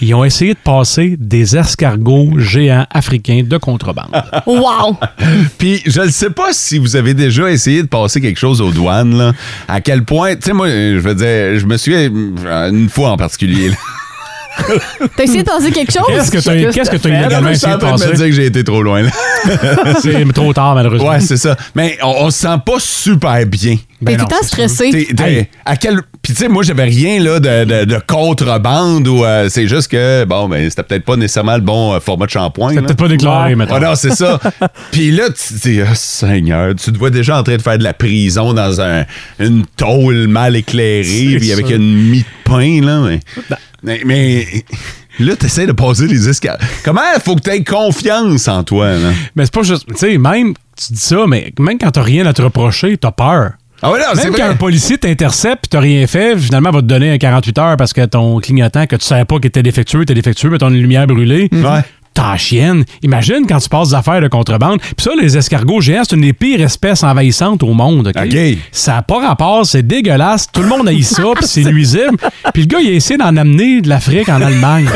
D: Ils ont essayé de passer des escargots géants africains de contrebande.
E: Wow!
C: Puis je ne sais pas si vous avez déjà essayé de passer quelque chose aux douanes, là. À quel point, tu sais, moi, je veux dire, je me souviens euh, une fois en particulier. là.
E: T'as essayé de penser quelque chose?
D: Qu'est-ce que t'as qu'est-ce que t'as illégalement
C: Je suis
D: essayé
C: en
D: de
C: train de me
D: passer?
C: dire que j'ai été trop loin. là.
D: <laughs> C'est trop tard, malheureusement.
C: Ouais, c'est ça. Mais on, on se sent pas super bien.
E: T'es
D: Ben
E: tout
D: non,
E: le temps
D: c'est sûr.
E: stressé.
C: T'es- t'es-
D: Hey.
C: à quel puis tu sais moi j'avais rien là de, de- de contrebande ou euh, c'est juste que bon ben c'était peut-être pas nécessairement le bon euh, format de shampoing
D: T'as
C: là.
D: peut-être pas déclaré,
C: Ouais.
D: mettons.
C: Ah non, c'est ça. <laughs> Puis là, tu te dis, Ah, Seigneur, tu te vois déjà en train de faire de la prison dans un, une tôle mal éclairée,
D: C'est
C: puis avec
D: ça.
C: une mie de pain, là. Mais, mais, mais là, tu essaies de passer les escaliers. Comment faut que tu aies confiance en toi, là?
D: Mais c'est pas juste. Tu sais, même, tu dis ça, mais même quand t'as rien à te reprocher, t'as peur.
C: Ah ouais, non, c'est
D: Même
C: vrai.
D: quand un policier t'intercepte et t'as rien fait, finalement, va te donner un 48 heures parce que ton clignotant que tu savais pas qu'il était défectueux, était défectueux, mais ton lumière brûlée.
C: Ouais.
D: ta chienne. Imagine quand tu passes des affaires de contrebande. Puis ça, les escargots géants, c'est une des pires espèces envahissantes au monde. OK?
C: OK.
D: Ça n'a pas rapport, c'est dégueulasse. Tout le monde haït ça, puis
C: <laughs>
D: c'est nuisible. Puis le gars, il a essayé d'en amener de l'Afrique
C: <laughs>
D: en Allemagne.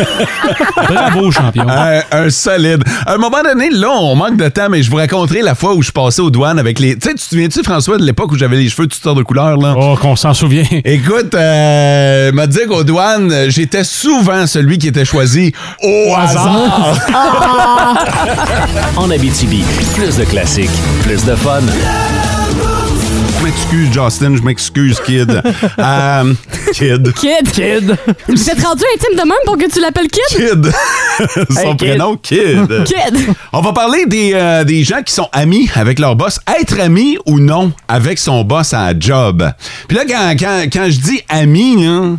D: Bravo, champion.
C: Un, Euh, un solide. À un moment donné, là, on manque de temps, mais je vous raconterai la fois où je passais aux douanes avec les. Tu sais, tu te souviens-tu, François, de l'époque où j'avais les cheveux de toutes sortes de couleurs, là?
D: Oh, qu'on s'en souvient.
C: Écoute, euh, m'a dit qu'aux douanes, euh, j'étais souvent celui qui était choisi au hasard.
B: <laughs>
D: Ah!
B: En Abitibi, plus de classiques, plus de fun.
C: Je m'excuse, Justin, je m'excuse, kid. Euh, kid.
E: Kid.
F: Kid.
E: Vous êtes rendu intime de même pour que tu l'appelles Kid?
C: Kid. Son
F: Hey, kid.
C: prénom,
E: <laughs>
C: kid.
E: Kid.
C: On va parler des, euh, des gens qui sont amis avec leur boss. Être ami ou non avec son boss à job. Puis là, quand, quand, quand je dis ami, là,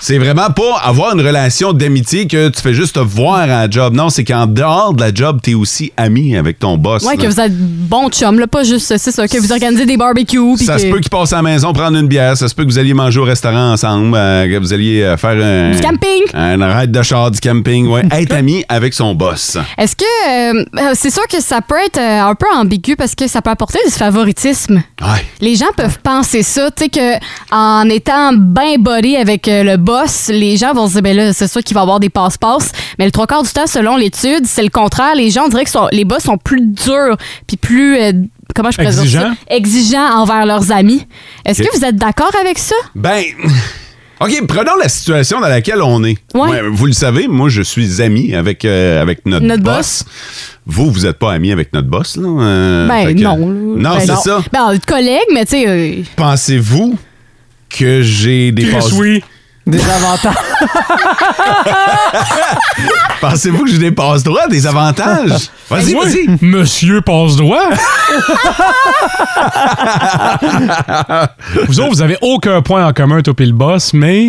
C: c'est vraiment pas avoir une relation d'amitié que tu fais juste te voir à la job. Non, c'est qu'en dehors de la job, t'es aussi ami avec ton boss.
E: Ouais,
C: là.
E: que vous êtes bon chum, là, pas juste, c'est ça, que vous organisez des barbecues. puis
C: Ça
E: que-
C: se peut qu'il passe à la maison prendre une bière, ça se peut que vous alliez manger au restaurant ensemble, euh, que vous alliez euh, faire un...
E: Du camping.
C: Un ride de char, du
E: <laughs>
C: camping, ouais. Être ami avec son boss.
E: Est-ce que. euh, euh, c'est sûr que ça peut être euh, un peu ambigu parce que ça peut apporter du favoritisme.
C: Ouais.
E: Les gens peuvent penser ça, tu sais, que en étant bien body avec euh, le boss, les gens vont se dire, ben là, c'est sûr qu'il va avoir des passe-passe. Mais le trois quarts du temps, selon l'étude, c'est le contraire. Les gens, on dirait que sont- les boss sont plus durs, puis plus. euh, comment je pourrais dire
D: Exigeants?
E: ça? Exigeants envers leurs amis. Est-ce
C: Ok.
E: que vous êtes d'accord avec ça?
C: Ben. <laughs> OK, prenons la situation dans laquelle on est.
E: Ouais.
C: vous le savez, moi, je suis ami avec, euh, avec notre,
E: Notre
C: boss. Vous, vous n'êtes pas ami avec notre boss, là? euh, fait
E: Ben
C: que-
E: non.
C: Non,
E: Ben
C: c'est ça.
E: Ben, collègue, mais tu sais. euh,
C: Pensez-vous que j'ai des passe-
D: oui.
F: Des avantages.
C: Pensez-vous que j'ai des passe-droits,
E: <laughs>
C: des avantages?
E: Ben,
C: Vas-y, vas-y.
D: Monsieur Passe-Droit. vous autres, vous avez aucun point en commun, toi et le boss, mais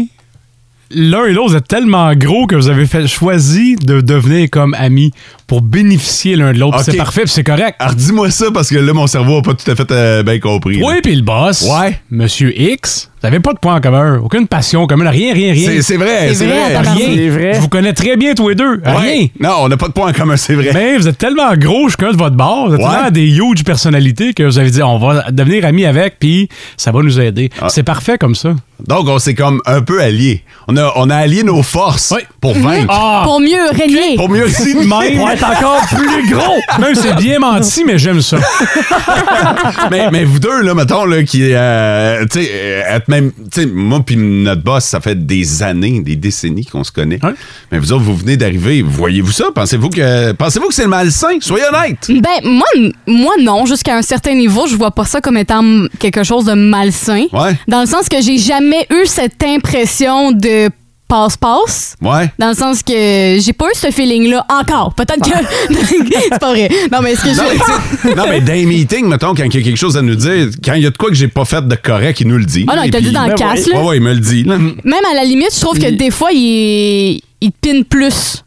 D: l'un et l'autre, vous êtes tellement gros que vous avez fait, choisi de devenir comme amis pour bénéficier l'un de l'autre. Oh,
C: Ok.
D: Puis C'est parfait, puis c'est correct.
C: Alors, dis-moi ça parce que là, mon cerveau n'a pas tout à fait euh, bien compris.
D: Oui,
C: là.
D: puis le boss.
C: Ouais.
D: Monsieur X, vous n'avez pas de point en commun, aucune passion commune, rien, rien, rien.
C: C'est c'est vrai,
E: C'est
C: c'est
E: vrai,
C: vrai.
E: attends,
D: Rien.
F: C'est vrai.
D: Je vous connais très bien tous les deux.
C: Ouais.
D: Rien.
C: Non, on n'a pas de point en commun, c'est vrai.
D: Mais vous êtes tellement gros chacun de votre bord, vous êtes
C: Ouais.
D: tellement des huge personnalités que vous avez dit on va devenir amis avec, puis ça va nous aider. C'est parfait comme ça.
C: Ah. Donc, on s'est comme un peu alliés. On a, on a allié nos forces
D: Oui.
C: pour
E: Mhm.
C: vaincre.
D: Ah!
E: <laughs> Pour mieux régner.
C: Pour mieux aussi de même.
D: Même,
F: être encore plus gros.
D: même c'est bien menti, mais j'aime ça.
C: <laughs> mais, mais vous deux, là, mettons, là, qui, euh, tu sais, euh, être même, tu sais, moi puis notre boss, ça fait des années, des décennies qu'on se connaît.
D: Ouais.
C: Mais vous autres, vous venez d'arriver. Voyez-vous ça? Pensez-vous que, pensez-vous que c'est malsain? Soyez
D: <laughs>
C: honnête.
E: Ben, moi, n- moi non. Jusqu'à un certain niveau, je vois pas ça comme étant mm, quelque chose de malsain.
C: Ouais.
E: Dans le sens que j'ai jamais eu cette impression de passe-passe.
C: Ouais.
E: Dans le sens que j'ai pas eu ce feeling-là encore. Peut-être
C: <laughs>
E: que. <laughs> c'est pas vrai. Non, mais est-ce que
C: Non, mais,
E: je.
C: tu sais, non, mais dans les meetings, mettons, quand il y a quelque chose à nous dire, quand il y a de quoi que j'ai pas fait de correct, il nous le dit.
E: Ah non, il te
C: Et
E: le dit
C: puis-
E: dans le casse,
C: Ouais,
E: là.
C: ouais, il me le dit. là.
D: Mm-hmm.
E: Même à la limite, je trouve que des fois, il, il te pine
D: <laughs>
E: plus.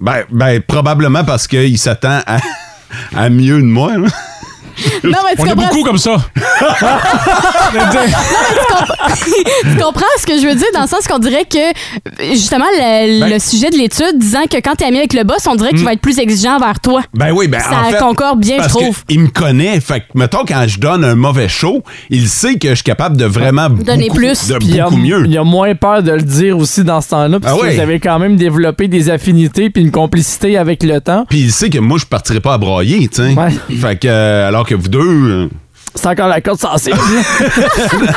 C: Ben, ben, probablement parce qu'il s'attend à, <laughs> à mieux de moi. là.
E: Non, mais tu
D: On est
E: comprends
D: beaucoup
E: <laughs>
D: comme ça.
C: <laughs>
E: <laughs> tu comprends ce que je veux dire dans le sens qu'on dirait que euh, justement le,
C: Ben-
E: le sujet de l'étude disant que quand t'es ami avec le boss, on dirait qu'il
D: Hmm.
E: va être plus exigeant envers toi.
C: Ben oui, ben
E: Ça
C: en fait,
E: concorde bien,
C: parce
E: je trouve.
C: que Il me connaît, fait que mettons quand je donne un mauvais show, il sait que je suis capable de vraiment
E: Donner
C: beaucoup,
E: plus. hum.
C: de
F: Puis il y a,
C: beaucoup mieux.
F: il y a moins peur de le dire aussi dans ce temps-là, parce
C: Ah
F: que
C: ouais.
F: vous avez quand même développé des affinités puis une complicité avec le temps.
C: Puis il sait que moi je partirai pas à broyer, tu sais.
F: Ouais.
C: Fait que euh, alors que vous deux, euh, <laughs>
F: C'est encore la corde sensible.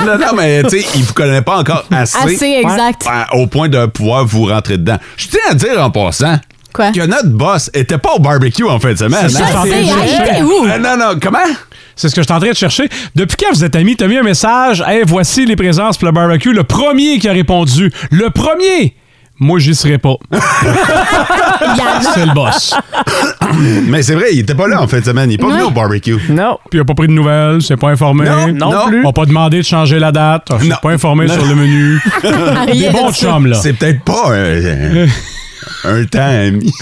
C: non, non, mais tu sais, il vous connaît pas encore assez.
E: Assez exact.
C: euh, Au point de pouvoir vous rentrer dedans. Je tiens à dire en passant
E: Quoi?
C: que notre boss était pas au barbecue en fin de semaine. hein?
D: C'est
E: Je
D: ça,
E: le sais,
D: c'est-
E: hey, t'es où?
C: Euh, non, non, comment?
D: C'est ce que je suis en train de chercher. Depuis quand vous êtes amis, t'as mis un message Hey, voici les présences pour le barbecue. Le premier qui a répondu. Le premier Moi, j'y
C: <laughs>
D: serai pas. c'est le boss.
C: Mais c'est vrai, il était pas là en fin de semaine. Il est pas venu
E: Ouais.
C: au barbecue.
F: non.
D: Puis il a pas pris de nouvelles, c'est pas informé.
C: Non,
F: Non,
C: non.
F: plus.
D: On m'a pas demandé de changer la date. Ah, Je
C: Non. <laughs>
D: suis pas informé sur le menu.
E: Rien
D: Des
E: de
D: bons
E: ça.
D: chums, là.
C: C'est peut-être pas. euh, un temps ami.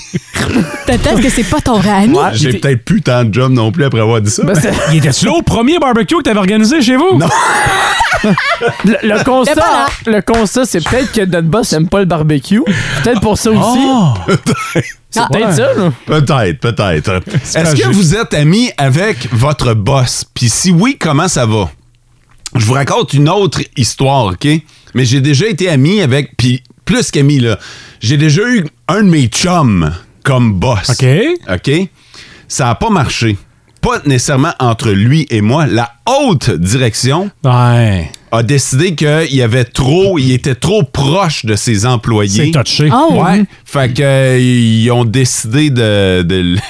E: Peut-être que c'est pas ton vrai ami.
C: J'ai peut-être plus tant de jobs non plus après avoir dit ça.
F: Ben, c'est-
D: Il était-tu là au premier barbecue que t'avais organisé chez vous? Non.
F: <laughs> le, le
E: Mais voilà.
F: constat, le constat, c'est peut-être que notre boss aime pas le barbecue. Peut-être pour ça aussi.
C: Ah! <laughs>
F: C'est
E: Ah.
F: peut-être
D: Ouais.
F: ça, là.
C: Peut-être,
D: <laughs>
C: peut-être. Est-ce
D: tragique.
C: que vous êtes amis avec votre boss? Puis si oui, comment ça va? Je vous raconte une autre histoire, OK? Mais j'ai déjà été ami avec, puis plus qu'ami, là, j'ai déjà eu un de mes chums comme boss.
D: OK.
C: OK? Ça n'a pas marché. Pas nécessairement entre lui et moi. La haute direction
D: Ouais.
C: a décidé qu'il y avait trop, il était trop proche de ses
D: C'est
C: employés.
D: touché.
E: Oh,
F: mm-hmm.
C: Ouais. Fait que euh, ils ont décidé de, de, l-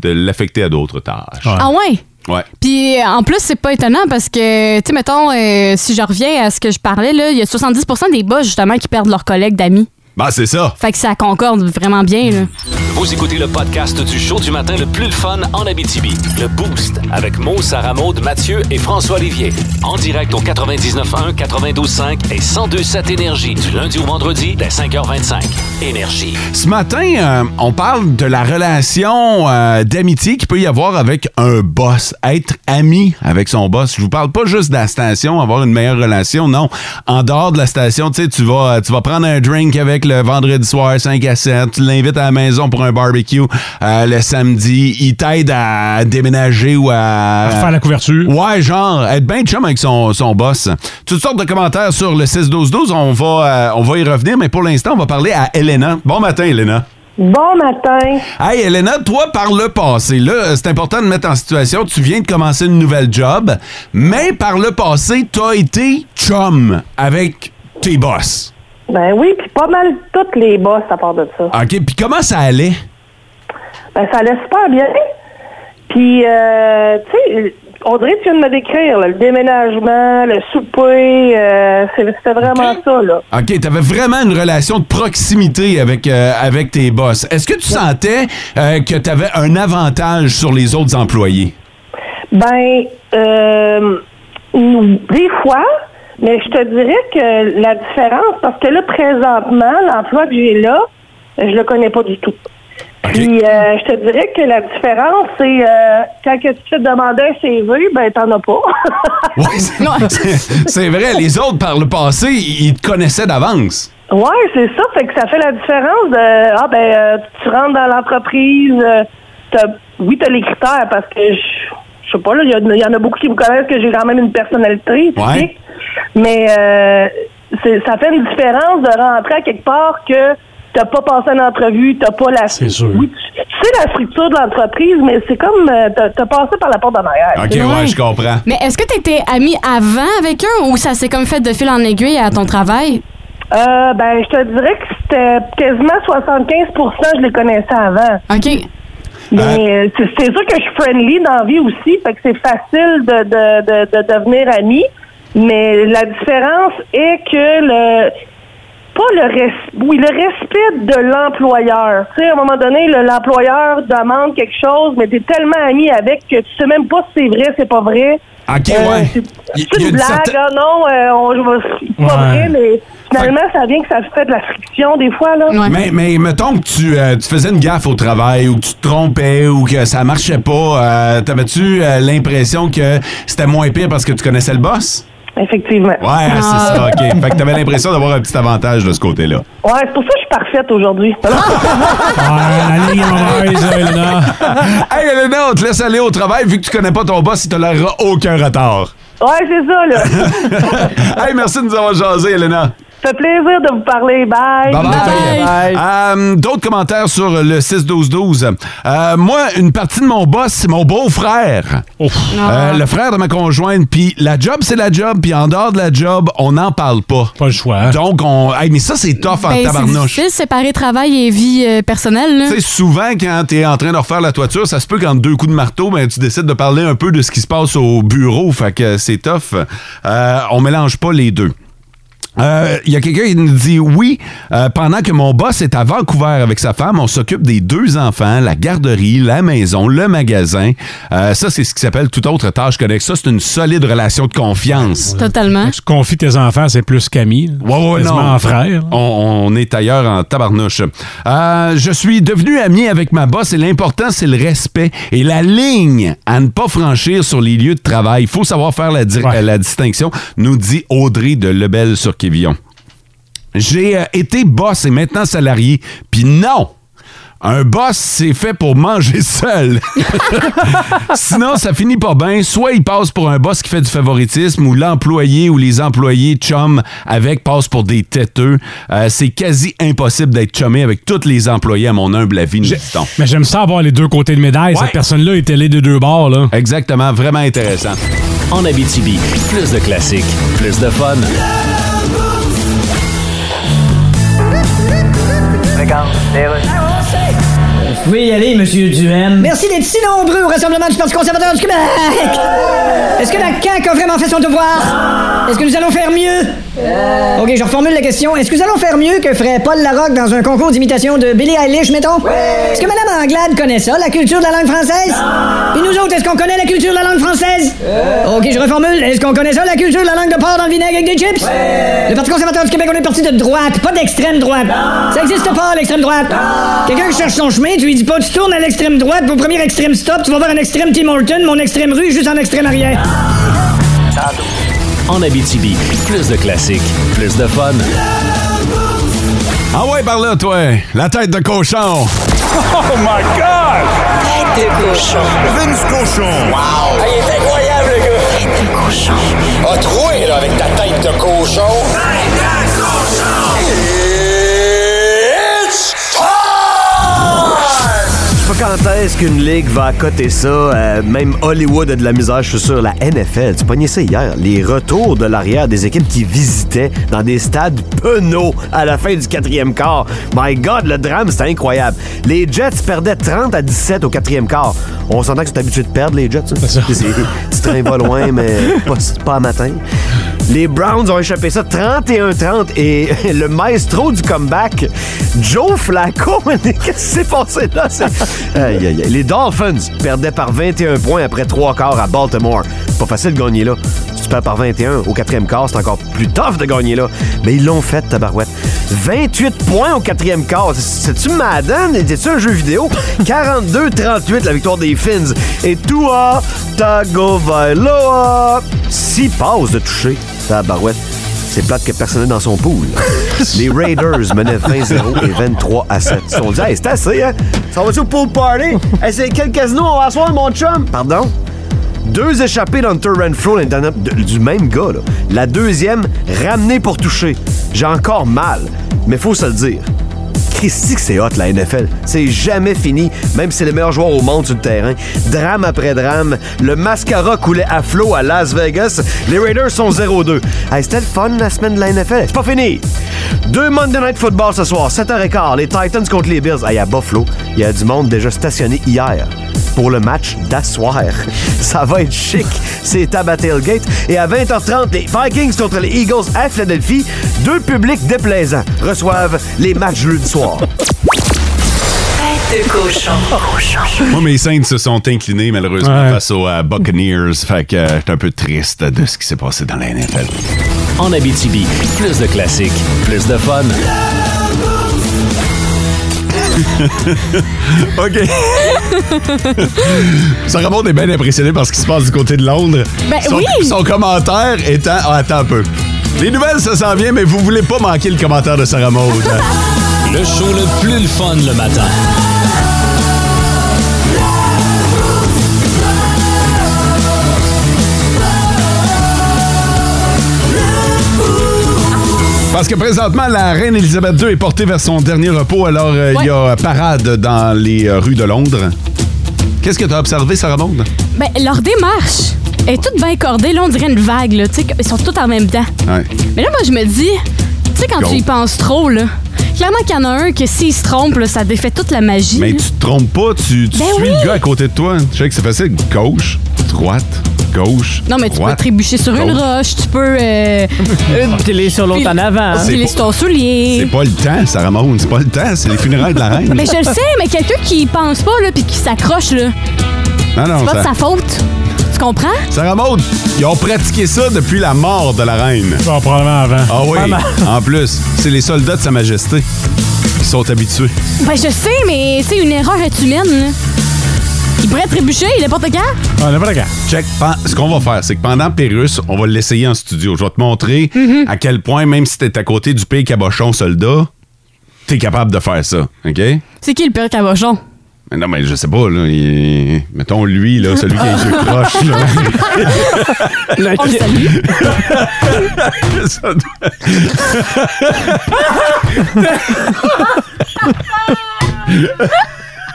C: de l'affecter à d'autres tâches.
D: Ouais.
E: Ah ouais?
C: Ouais.
E: Puis euh, en plus, c'est pas étonnant parce que, tu sais, mettons, euh, si je reviens à ce que je parlais, là, il y a 70 des boss, justement, qui perdent leurs collègues d'amis.
C: Ben, c'est ça.
E: Fait que ça concorde vraiment bien, là.
B: Vous écoutez le podcast du show du matin le plus le fun en Abitibi. Le Boost avec Mo, Sarah Maud, Mathieu et François Olivier. En direct au 99.1, 92.5 et 102.7 Énergie du lundi au vendredi dès 5h25. Énergie.
C: Ce matin, euh, on parle de la relation euh, d'amitié qu'il peut y avoir avec un boss. Être ami avec son boss. Je vous parle pas juste de la station, avoir une meilleure relation, non. En dehors de la station, tu sais, tu vas, tu vas prendre un drink avec le vendredi soir, 5 à 7. Tu l'invites à la maison pour un barbecue euh, le samedi. Il t'aide à déménager ou à...
D: À faire la couverture.
C: Euh, Ouais, genre, être bien chum avec son, son boss. Toutes sortes de commentaires sur le 6-12-12. On, va, euh, on va y revenir, mais pour l'instant, on va parler à Elena. Bon matin, Elena.
I: Bon matin.
C: Hey, Elena, toi, par le passé, là, euh, c'est important de mettre en situation, tu viens de commencer une nouvelle job, mais par le passé, t'as été chum avec tes boss.
I: Ben oui, puis pas mal toutes les boss à part de ça.
C: OK, puis comment ça allait?
I: Ben ça allait super bien. Puis, euh, tu sais, Audrey, tu viens de me décrire là, le déménagement, le souper, euh, c'est- c'était vraiment ça, là.
C: OK, t'avais vraiment une relation de proximité avec, euh, avec tes boss. Est-ce que tu sentais euh, que t'avais un avantage sur les autres employés?
I: Ben, euh, nous- des fois, mais je te dirais que la différence, parce que là, présentement, l'emploi que j'ai là, je le connais pas du tout. Puis, euh, je te dirais que la différence, c'est euh, quand que tu te fais demander un CV, ben, t'en as pas. <laughs>
C: Oui, <laughs> c'est- c'est vrai. Les autres, par le passé, ils te connaissaient d'avance.
I: Ouais, c'est ça. Fait que ça fait la différence de ah ben euh, tu rentres dans l'entreprise, euh, t'as- oui t'as les critères parce que je je sais pas là, il y, en a- il y en a beaucoup qui me connaissent que j'ai quand même une personnalité, tu
C: Ouais.
I: sais. Mais euh, c'est- ça fait une différence de rentrer à quelque part que t'as pas passé une entrevue, t'as pas la
D: C'est sûr.
I: Oui, tu tu sais la structure de l'entreprise, mais c'est comme euh, t'as t'as passé par la porte en arrière.
C: OK,
I: tu sais.
C: ouais, je comprends.
E: Mais est-ce que t'étais ami avant avec eux ou ça s'est comme fait de fil en aiguille à ton travail?
I: Euh, ben je te dirais que c'était quasiment 75 je les connaissais avant.
E: OK.
I: Mais euh, c'est c'est sûr que je suis friendly dans la vie aussi, fait que c'est facile de, de, de, de devenir ami. Mais la différence est que le pas le res- oui, le respect de l'employeur. Tu sais, à un moment donné, le- l'employeur demande quelque chose, mais t'es tellement ami avec que tu sais même pas si c'est vrai, c'est pas vrai.
C: OK,
I: Euh,
C: ouais.
I: c'est-
C: Il-
I: C'est
C: il y a
I: une
C: une
I: blague,
C: certaine-
I: ah non, euh, on, je vais- c'est pas
D: Ouais.
I: vrai, mais finalement, ça vient que ça fait de la friction des fois, là.
E: Ouais.
C: Mais, mais mettons que tu, euh, tu faisais une gaffe au travail ou que tu te trompais ou que ça marchait pas, euh, t'avais-tu euh, l'impression que c'était moins pire parce que tu connaissais le boss?
I: Effectivement.
C: Ouais, hein, c'est
I: Ah.
C: ça, OK. Fait que t'avais l'impression d'avoir un petit avantage de ce côté-là.
I: Ouais, c'est pour ça que je suis parfaite
C: <laughs>
I: aujourd'hui.
D: Ah, la ligne est mauvaise, Elena.
C: Hey, Elena, on te laisse aller au travail vu que tu connais pas ton boss, il tolérera aucun retard.
I: Ouais, c'est ça,
C: <laughs>
I: là.
C: hey, merci de nous avoir jasé, Elena.
I: Ça fait plaisir de vous parler. Bye.
C: Bye bye.
F: Bye.
C: Euh, D'autres commentaires sur le 6-12-12. Euh, moi, une partie de mon boss, c'est mon beau-frère. Euh, le frère de ma conjointe. Puis la job, c'est la job. Puis en dehors de la job, on n'en parle pas.
D: Pas le choix. hein.
C: Donc, on. Hey, mais ça, c'est tough en
E: Ben, c'est
C: tabarnouche.
E: difficile de séparer travail et vie euh, personnelle, là.
C: Tu sais, souvent, quand t'es en train de refaire la toiture, ça se peut qu'en deux coups de marteau, ben, tu décides de parler un peu de ce qui se passe au bureau. Fait que c'est tough. Euh, on mélange pas les deux. Euh, Il y a quelqu'un qui nous dit oui, euh, pendant que mon boss est à Vancouver avec sa femme, on s'occupe des deux enfants, la garderie, la maison, le magasin. Euh, ça, c'est ce qui s'appelle toute autre tâche connexe. Ça, c'est une solide relation de confiance.
E: Totalement.
D: Tu confies tes enfants, c'est plus Camille.
C: Ouais, ouais,
D: Quasiment
C: non.
D: en frère.
C: On, on est ailleurs en tabarnouche. Euh, je suis devenu ami avec ma boss et l'important, c'est le respect et la ligne à ne pas franchir sur les lieux de travail. Il faut savoir faire la, di-
D: Ouais.
C: euh, la distinction, nous dit Audrey de Lebel-sur-Quévillon. J'ai euh, été boss et maintenant salarié, puis non! Un boss, c'est fait pour manger <laughs> seul. Sinon, ça finit pas bien. Soit il passe pour un boss qui fait du favoritisme, ou l'employé ou les employés chum avec passent pour des têteux. Euh, c'est quasi impossible d'être chumé avec tous les employés, à mon humble avis, nous dit-on.
D: Mais j'aime ça avoir les deux côtés de médaille.
C: Ouais.
D: Cette personne-là est allée de deux bords, là.
C: Exactement, vraiment intéressant.
B: En Abitibi, plus de classiques, plus de fun.
G: Vous pouvez y aller, Monsieur
E: Mm.
G: Duhem. Merci d'être si nombreux au Rassemblement du Parti conservateur du Québec. Est-ce que la CAQ a vraiment fait son devoir? Est-ce que nous allons faire mieux? OK, je reformule la question. Est-ce que nous allons faire mieux que ferait Paul Larocque dans un concours d'imitation de Billie Eilish, mettons? Est-ce que Mme Anglade connaît ça, la culture de la langue française? Et nous autres, est-ce qu'on connaît la culture de la langue française? OK, je reformule. Est-ce qu'on connaît ça, la culture de la langue de porc dans le vinaigre avec des chips? Le Parti conservateur du Québec, on est parti de droite, pas d'extrême droite. Ça existe pas, l'extrême droite. Quelqu'un qui cherche son chemin, tu lui dis pas, tu tournes à l'extrême droite, au premier extrême stop, tu vas voir un extrême Tim Horton, mon extrême rue, juste en extrême arrière.
B: En Abitibi, plus de classiques, plus de fun.
C: Ah ouais, par là, toi, la tête de cochon.
I: Oh
J: Vince Cochon. Wow! Ah, il est incroyable, le gars! Tête de cochon. A troué, là, avec ta tête de cochon. Tête de cochon! It's time!
K: Je sais pas quand est-ce qu'une ligue va accoter ça. Euh, même Hollywood a de la misère, je suis sûr. La NFL, tu pognais ça hier. Les retours de l'arrière des équipes qui visitaient dans des stades penauds à la fin du quatrième quart. My God, le drame, c'était incroyable. Les Jets perdaient 30 à 17 au quatrième quart. On s'entend que c'est habitué de perdre, les Jets. hein? <laughs> C'est- Petit train va loin, mais <laughs> pas, pas à matin. Les Browns ont échappé ça 31-30 et <laughs> le maestro du comeback, Joe Flacco, <laughs> mais qu'est-ce qui s'est passé là? C'est- Aïe, aïe, aïe. Les Dolphins perdaient par 21 points après trois quarts à Baltimore. Pas facile de gagner là. Si tu perds par 21 au quatrième quart, c'est encore plus tough de gagner là. Mais ils l'ont fait, tabarouette. 28 points au quatrième quart. C'est-tu madame? Était-tu un jeu <laughs> vidéo? 42-38, la victoire des Fins. Et Tua Tagovailoa, 6 passes de toucher, tabarouette. C'est plate que personne n'est dans son <laughs> pool. Les Raiders menaient 20-0 et 23 à 7. Ils se sont dit, Hey, c'est assez, hein? Ça va-tu au pool <laughs> party? Hey, c'est quel casino on va asseoir, mon chum? Pardon? Deux échappées d'Hunter Renfro l'année dernière, de- du même gars. Là. La deuxième, ramenée pour toucher. J'ai encore mal, mais faut se le dire. Christy que c'est hot la NFL. C'est jamais fini, même si c'est les meilleurs joueurs au monde sur le terrain. Drame après drame, le mascara coulait à flot à Las Vegas. Les Raiders sont 0-2. Hey, C'était le fun la semaine de la NFL. C'est pas fini. Deux Monday Night Football ce soir, 7h15. Les Titans contre les Bills. Hey, à Buffalo, il y a du monde déjà stationné hier pour le match d'asseoir. <laughs> Ça va être chic, c'est Tabat Tailgate. Et à 20h30, les Vikings contre les Eagles à Philadelphie, deux publics déplaisants reçoivent les matchs lundi soir. <laughs>
H: Tête de cochon.
C: Moi, mes Saints se sont inclinés, malheureusement,
D: Ouais.
C: face aux euh, Buccaneers. Fait que euh, j'étais un peu triste de ce qui s'est passé dans la NFL.
B: En Abitibi, plus de classiques, plus de fun.
C: <laughs> OK. Sarah Maud est bien impressionnée par ce qui se passe du côté de Londres.
E: Ben
C: son,
E: oui!
C: Son commentaire étant... Ah, attends un peu. Les nouvelles, ça s'en vient, mais vous voulez pas manquer le commentaire de
E: <laughs>
C: Sarah Maud.
B: Le show le plus le fun le matin.
C: Parce que présentement, la reine Elisabeth II est portée vers son dernier repos, alors euh, il y a parade dans les euh, rues de Londres. Qu'est-ce que tu as observé, Sarah Maud?
E: Ben, leur démarche est toute bien cordée. Là, on dirait une vague, là. Tu sais, ils sont tous en même temps.
C: Ouais.
E: Mais là, moi, je me dis, tu sais, quand
C: Go.
E: tu y penses trop, là, clairement qu'il y en a un que s'il se trompe, là, ça défait toute la magie.
C: Mais
E: là.
C: tu te trompes pas, tu, tu
E: Ben
C: suis
E: oui.
C: le gars à côté de toi. Je sais que c'est facile, gauche. droite, gauche.
E: Non, mais tu peux
C: droite,
E: trébucher sur une
C: gauche.
E: roche, tu peux. Euh,
F: <laughs> piler sur l'autre en avant. hein.
C: C'est
E: Piler
C: pas-
E: sur ton soulier.
C: C'est pas le temps, ça remonte. C'est pas le temps, c'est les funérailles de la reine.
E: Mais je le sais, mais quelqu'un qui y pense pas, là, puis qui s'accroche, là,
C: Non, non,
E: c'est pas de
C: ça.
E: sa faute. Tu comprends?
C: Sarah Maud, ils ont pratiqué ça depuis la mort de la reine. probablement avant. Ah oui,
E: Pas mal.
C: en plus, c'est les soldats de Sa Majesté qui sont habitués.
E: Ben, je sais, mais c'est une erreur est humaine, là. Il pourrait trébucher, il est pas quand?
C: On pas Check. Pen- Ce qu'on va faire, c'est que pendant Pérus, on va l'essayer en studio. Je vais te montrer à quel point, même si t'es à côté du pays cabochon soldat, t'es capable de faire ça. OK?
E: C'est qui le pire <laughs> cabochon?
C: Mais non, mais je sais pas, là. il- Mettons lui, là, celui qui
E: <laughs>
C: a les yeux croches, là.
E: On le
I: <laughs>
E: salue.
C: Ça
I: <laughs>
C: doit-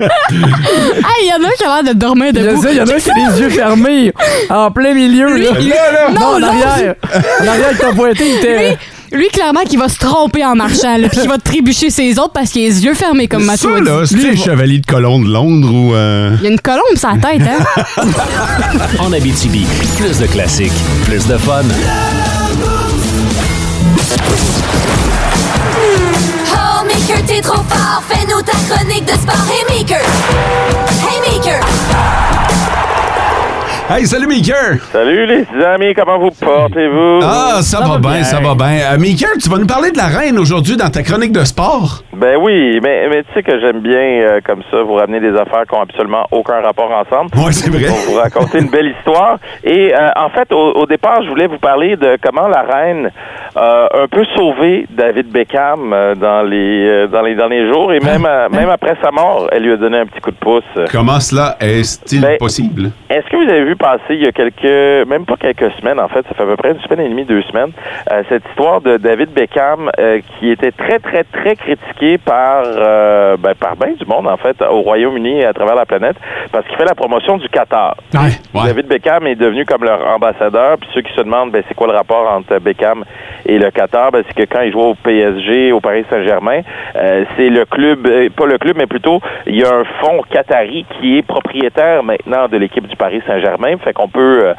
E: hey, il y en a un qui a l'air de dormir
F: Je
E: debout.
F: sais, il y en a un qui a les yeux fermés en plein milieu.
E: Lui,
F: là.
E: lui-
F: non, en
E: non,
F: arrière. En arrière, le pointé, il était.
E: Lui, clairement, qui va se tromper en marchant, là, puis qui va trébucher ses autres parce qu'il a les yeux fermés, comme Mathieu.
C: Ça,
E: a dit.
C: là, c'est les chevaliers de colon de Londres ou. euh,
E: Il y a une colombe sur la tête, hein?
C: <laughs>
B: En Abitibi, plus de classiques, plus de
C: <laughs>
B: fun.
H: Oh, Maker, t'es trop fort. Fais-nous ta chronique de sport. Hey, Maker. Hey, Maker.
C: Hey, salut Meeker!
L: Salut les amis, comment vous portez-vous?
C: Ah, ça, va, bien, ça va bien. Euh, Meeker, tu vas nous parler de la reine aujourd'hui dans ta chronique de sport?
L: Ben oui, mais, mais tu sais que j'aime bien euh, comme ça vous ramener des affaires qui ont absolument aucun rapport ensemble.
C: Oui, c'est vrai.
L: Pour vous raconter une belle histoire. Et euh, en fait, au, au départ, je voulais vous parler de comment la reine a un peu sauvé David Beckham euh, dans les euh, dans les derniers jours et même euh, même après sa mort, elle lui a donné un petit coup de pouce.
C: Comment cela est-il
L: Ben,
C: possible?
L: Est-ce que vous avez vu passer il y a quelques, même pas quelques semaines en fait, ça fait à peu près une semaine et demie, deux semaines, euh, cette histoire de David Beckham euh, qui était très très très critiqué par euh, ben, par bien du monde en fait au Royaume-Uni et à travers la planète parce qu'il fait la promotion du Qatar. David Beckham est devenu comme leur ambassadeur. Puis ceux qui se demandent, ben, c'est quoi le rapport entre Beckham et le Qatar, ben, c'est que quand il jouait au PSG, au Paris Saint-Germain, euh, c'est le club, euh, pas le club, mais plutôt, il y a un fonds qatari qui est propriétaire maintenant de l'équipe du Paris Saint-Germain. Fait qu'on peut, euh,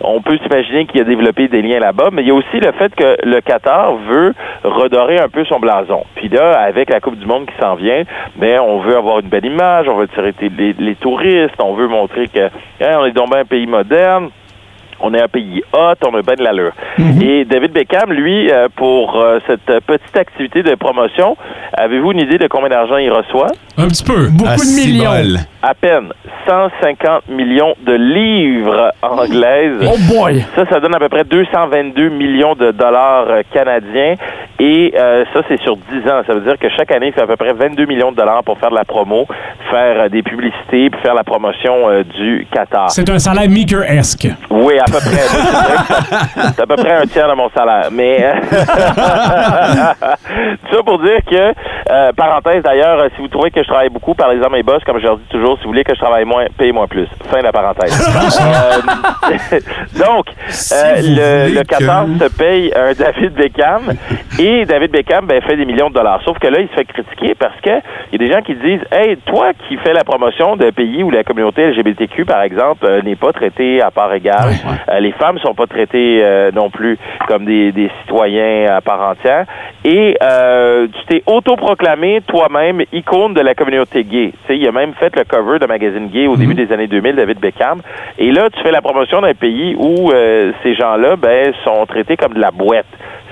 L: on peut s'imaginer qu'il a développé des liens là-bas. Mais il y a aussi le fait que le Qatar veut redorer un peu son blason. Puis là, avec la Coupe du Monde qui s'en vient, mais on veut avoir une belle image, on veut tirer les, les touristes, on veut montrer que hein, on est donc bien un pays moderne. On est un pays hot, on a bien de l'allure. Et David Beckham, lui, euh, pour euh, cette petite activité de promotion, avez-vous une idée de combien d'argent il reçoit?
D: Un petit
C: Ah,
D: peu. Beaucoup
L: de millions. À peine 150 millions de livres anglaises.
F: Oh boy!
L: Ça, ça donne à peu près 222 millions de dollars euh, canadiens. Et euh, ça, c'est sur 10 ans. Ça veut dire que chaque année, il fait à peu près 22 millions de dollars pour faire de la promo, faire euh, des publicités, puis faire la promotion euh, du Qatar.
D: C'est un salaire Meeker-esque.
L: Oui, à peu près. C'est à peu près un tiers de mon salaire. Mais euh, <laughs> tout ça pour dire que, euh, parenthèse d'ailleurs, euh, si vous trouvez que je travaille beaucoup, par exemple mes boss, comme je leur dis toujours, si vous voulez que je travaille moins, payez-moi plus. Fin de la parenthèse. Euh, donc, euh, le, le Qatar se paye un <laughs> David Beckham et David Beckham ben, fait des millions de dollars. Sauf que là, il se fait critiquer parce que il y a des gens qui disent Hey, toi qui fais la promotion d'un pays où la communauté LGBTQ, par exemple, euh, n'est pas traitée à part égale, euh, les femmes sont pas traitées euh, non plus comme des, des citoyens à part entière, et euh, tu t'es autoproclamé toi-même icône de la communauté gay. Tu sais, il a même fait le cover de magazine gay au début des années 2000, David Beckham, et là, tu fais la promotion d'un pays où euh, ces gens-là ben, sont traités comme de la boîte.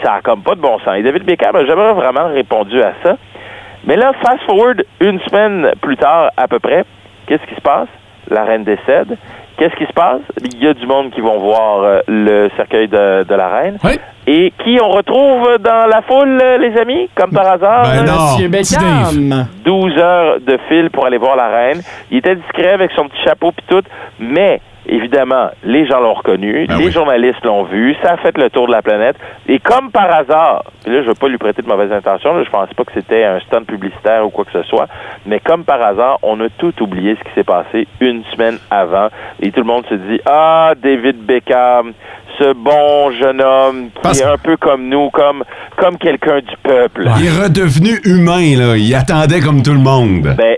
L: Ça a comme pas de bon sens. Et David Beckham n'a jamais vraiment répondu à ça. Mais là, fast forward une semaine plus tard à peu près, qu'est-ce qui se passe? La reine décède. Qu'est-ce qui se passe? Il y a du monde qui vont voir euh, le cercueil de, de la reine. Et qui on retrouve dans la foule, euh, les amis, comme par hasard?
F: Ben
L: euh,
F: non, Monsieur petit Beckham. Dave.
L: 12 heures de fil pour aller voir la reine. Il était discret avec son petit chapeau puis tout, mais évidemment, les gens l'ont reconnu,
C: Ben
L: les journalistes l'ont vu, ça a fait le tour de la planète. Et comme par hasard, puis là, je veux pas lui prêter de mauvaises intentions, là, je pense pas que c'était un stand publicitaire ou quoi que ce soit, mais comme par hasard, on a tout oublié ce qui s'est passé une semaine avant. Et tout le monde se dit, ah, David Beckham, ce bon jeune homme qui
C: Parce-
L: est un peu comme nous, comme, comme quelqu'un du peuple.
C: Il est redevenu humain, là. Il attendait comme tout le monde.
L: Ben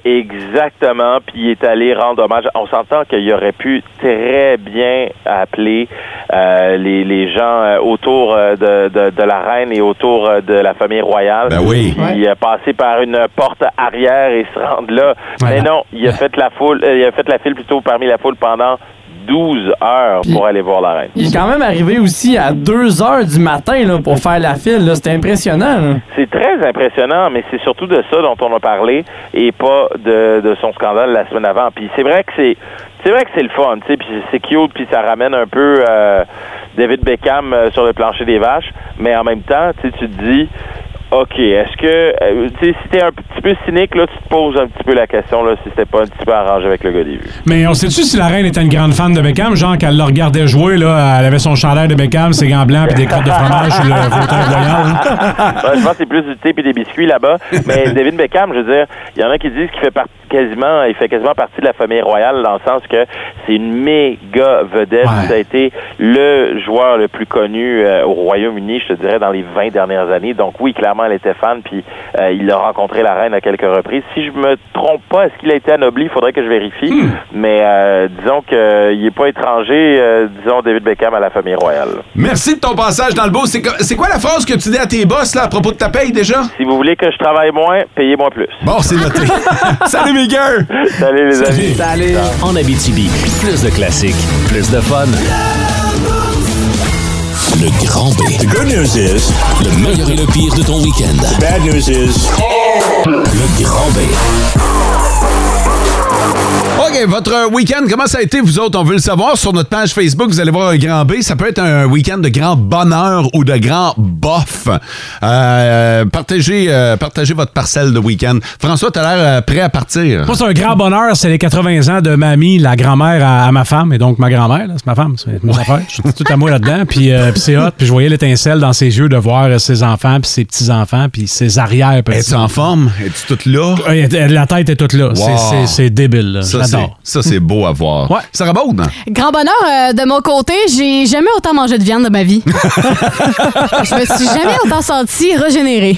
L: exactement, puis il est allé rendre hommage. On s'entend qu'il aurait pu très bien appeler euh, les, les gens euh, autour euh, de, de, de la reine et autour euh, de la famille royale. Ben
C: oui.
L: Il a passé par une porte arrière et se rendre là. Mais non, il a
C: Ben.
L: fait la foule, euh, il a fait la file plutôt parmi la foule pendant 12 heures pour aller voir la reine.
F: Il est quand même arrivé aussi à 2 heures du matin là, pour faire la file. là. C'était impressionnant. là.
L: C'est très impressionnant, mais c'est surtout de ça dont on a parlé et pas de, de son scandale la semaine avant. Puis c'est vrai que c'est c'est vrai que c'est le fun, tu sais, puis c'est cute, puis ça ramène un peu euh, David Beckham euh, sur le plancher des vaches, mais en même temps, tu sais, tu te dis OK, est-ce que euh, tu sais si t'es un petit peu cynique là, tu te poses un petit peu la question là si c'était pas un petit peu arrangé avec le gars des vues.
D: Mais on sait-tu si la reine était une grande fan de Beckham? Genre, qu'elle le regardait jouer, là, elle avait son chandail de Beckham, ses gants blancs, puis des crottes de
C: <laughs>
D: fromage sur le fauteuil royal.
L: Ouais, je pense que c'est plus du thé et des biscuits là-bas. Mais David Beckham, je veux dire, il y en a qui disent qu'il fait partie quasiment, il fait quasiment partie de la famille royale dans le sens que c'est une méga vedette. Ça a été le joueur le plus connu euh, au Royaume-Uni, je te dirais, dans les 20 dernières années. Donc oui, clairement, elle était fan, puis euh, il a rencontré la reine à quelques reprises. Si je me trompe pas, est-ce qu'il a été anobli? Il faudrait que je vérifie. Mais euh, disons qu'il n'est pas étranger, euh, disons, David Beckham à la famille royale.
C: Merci de ton passage dans le beau. C'est co- c'est quoi la phrase que tu dis à tes boss, là, à propos de ta paye, déjà?
L: Si vous voulez que je travaille moins, payez-moi plus.
C: Bon, c'est noté.
L: <laughs>
C: Salut, mes gars!
L: Salut, les amis.
B: En Abitibi, plus de classiques, plus de fun. Le grand B. The good news is... Le meilleur et le pire de ton week-end. bad news is... Le grand <laughs> B.
C: OK, votre week-end, comment ça a été, vous autres? On veut le savoir. Sur notre page Facebook, vous allez voir un grand B. Ça peut être un week-end de grand bonheur ou de grand bof. Euh, partagez, euh, partagez votre parcelle de week-end. François, t'as l'air euh, prêt à partir.
D: Moi, c'est un grand bonheur, c'est les 80 ans de mamie, la grand-mère à, à ma femme, et donc ma grand-mère, là, c'est ma femme, c'est mes affaires. Je suis tout à moi là-dedans, puis, euh, puis c'est hot, puis je voyais l'étincelle dans ses yeux de voir euh, ses enfants, puis ses petits-enfants, puis ses arrières petits
C: Es-tu en forme? Es-tu toute là?
D: La tête est toute là.
C: Wow.
D: C'est- c'est- C'est débile, là.
C: Ça, c'est-
D: J'adore.
C: ça, c'est beau à voir.
D: Ouais.
C: Ça rabaude, hein?
E: Grand bonheur, euh, de mon côté, j'ai jamais autant mangé de viande de ma vie. <laughs> je me suis jamais autant sentie régénérée.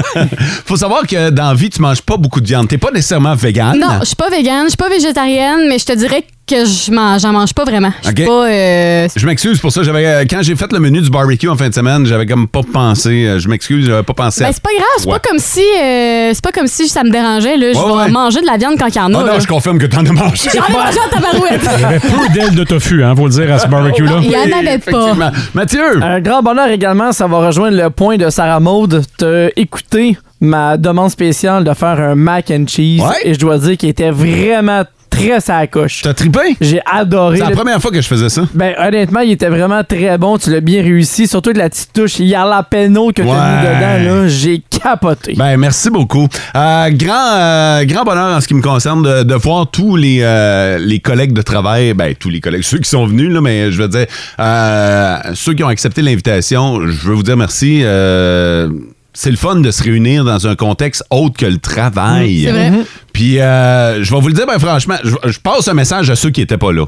C: <laughs> Faut savoir que dans la vie, tu manges pas beaucoup de viande. T'es pas nécessairement vegan.
E: Non, je suis pas végane, je suis pas végétarienne, mais je te dirais que je mange- j'en mange pas vraiment. Je suis
C: OK.
E: pas. euh,
C: Je m'excuse pour ça. J'avais euh, quand j'ai fait le menu du barbecue en fin de semaine, j'avais comme pas pensé. euh, Je m'excuse, j'avais pas pensé. à-
E: Ben, c'est pas grave, c'est
C: Ouais.
E: pas comme si euh, c'est pas comme si ça me dérangeait là, je
C: Ouais,
E: vais
C: ouais.
E: manger de la viande quand il y en a.
C: Ah non,
E: là.
C: je confirme que t'en as mangé.
E: J'en ai mangé en tabarouette.
D: Il y avait peu d'ailes de tofu, hein, faut le dire, à ce barbecue-là.
E: Il y en avait pas.
C: Mathieu!
F: Un grand bonheur également, ça va rejoindre le point de Sarah Maud. T'as écouté ma demande spéciale de faire un mac and cheese
C: Ouais.
F: et je dois dire qu'il était vraiment très sa coche.
C: T'as trippé?
F: J'ai adoré.
C: C'est la
F: le-
C: première fois que je faisais ça.
F: Ben honnêtement, il était vraiment très bon, tu l'as bien réussi, surtout de la petite touche jalapeno que t'as mis
C: Ouais.
F: dedans là, j'ai capoté.
C: Ben, merci beaucoup. Euh, grand, euh, grand bonheur en ce qui me concerne de, de voir tous les, euh, les collègues de travail, ben, tous les collègues, ceux qui sont venus, là, mais je veux dire, euh, ceux qui ont accepté l'invitation, je veux vous dire merci. Euh, c'est le fun de se réunir dans un contexte autre que le travail.
J: Mm, c'est vrai.
D: Mhm.
C: Puis, euh, je vais vous le dire, ben, franchement, je, je passe un message à ceux qui n'étaient pas là.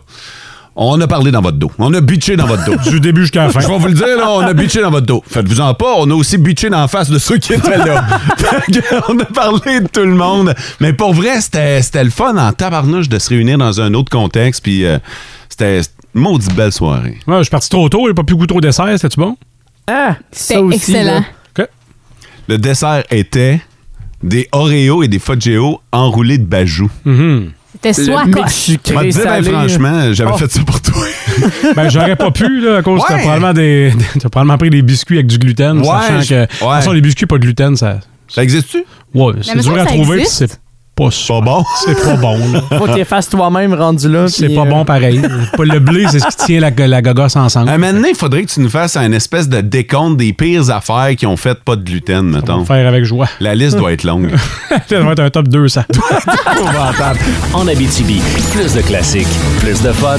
C: On a parlé dans votre dos. On a bitché dans votre dos.
D: <laughs> Du début jusqu'à la fin.
C: Je vais vous le dire, là, on a bitché dans votre dos. Faites-vous en pas, on a aussi bitché dans la face de ceux qui étaient
D: <laughs>
C: là. Fait que, <laughs> on a parlé de tout le monde. Mais pour vrai, c'était c'était le fun en tabarnouche de se réunir dans un autre contexte. Puis euh, c'était c'était une maudite belle soirée.
D: Ouais, je suis parti trop tôt, j'ai pas pu goûter au dessert, c'était-tu bon?
F: Ah,
E: C'était excellent.
C: Le dessert était des Oreos et des Fudgeo enroulés de bajou.
E: Mm-hmm. C'était
C: Le
E: soit
C: mix
E: quoi.
C: sucré, Je vais te dire, ben, salé. franchement, j'avais fait ça pour toi.
D: Oh. <laughs> ben, j'aurais pas pu, là, à cause que t'as
C: Ouais.
D: probablement, des, <laughs> t'as probablement pris des biscuits avec du gluten,
C: Ouais,
D: sachant
C: je-
D: que. De toute
C: ouais.
D: façon, les biscuits, pas de gluten, ça.
C: Ça existe-tu?
D: Ouais,
F: me
D: c'est
F: semble
D: dur à
F: que ça
D: trouver, puis
F: existe.
D: c'est pas super.
C: bon.
D: C'est pas bon, là.
F: Faut
D: <laughs>
F: que tu fasses toi-même rendu là.
D: C'est
F: puis,
D: pas
F: euh,
D: bon pareil. Pas le blé, c'est ce qui tient la, la gogosse ensemble.
C: À maintenant, il faudrait que tu nous fasses un espèce de décompte des pires affaires qui ont fait pas de gluten, mettons.
D: faire avec joie.
C: La liste doit être
D: <laughs>
C: longue.
D: Ça va être un top 200.
C: <laughs>
B: En Abitibi, plus de classiques, plus de fun.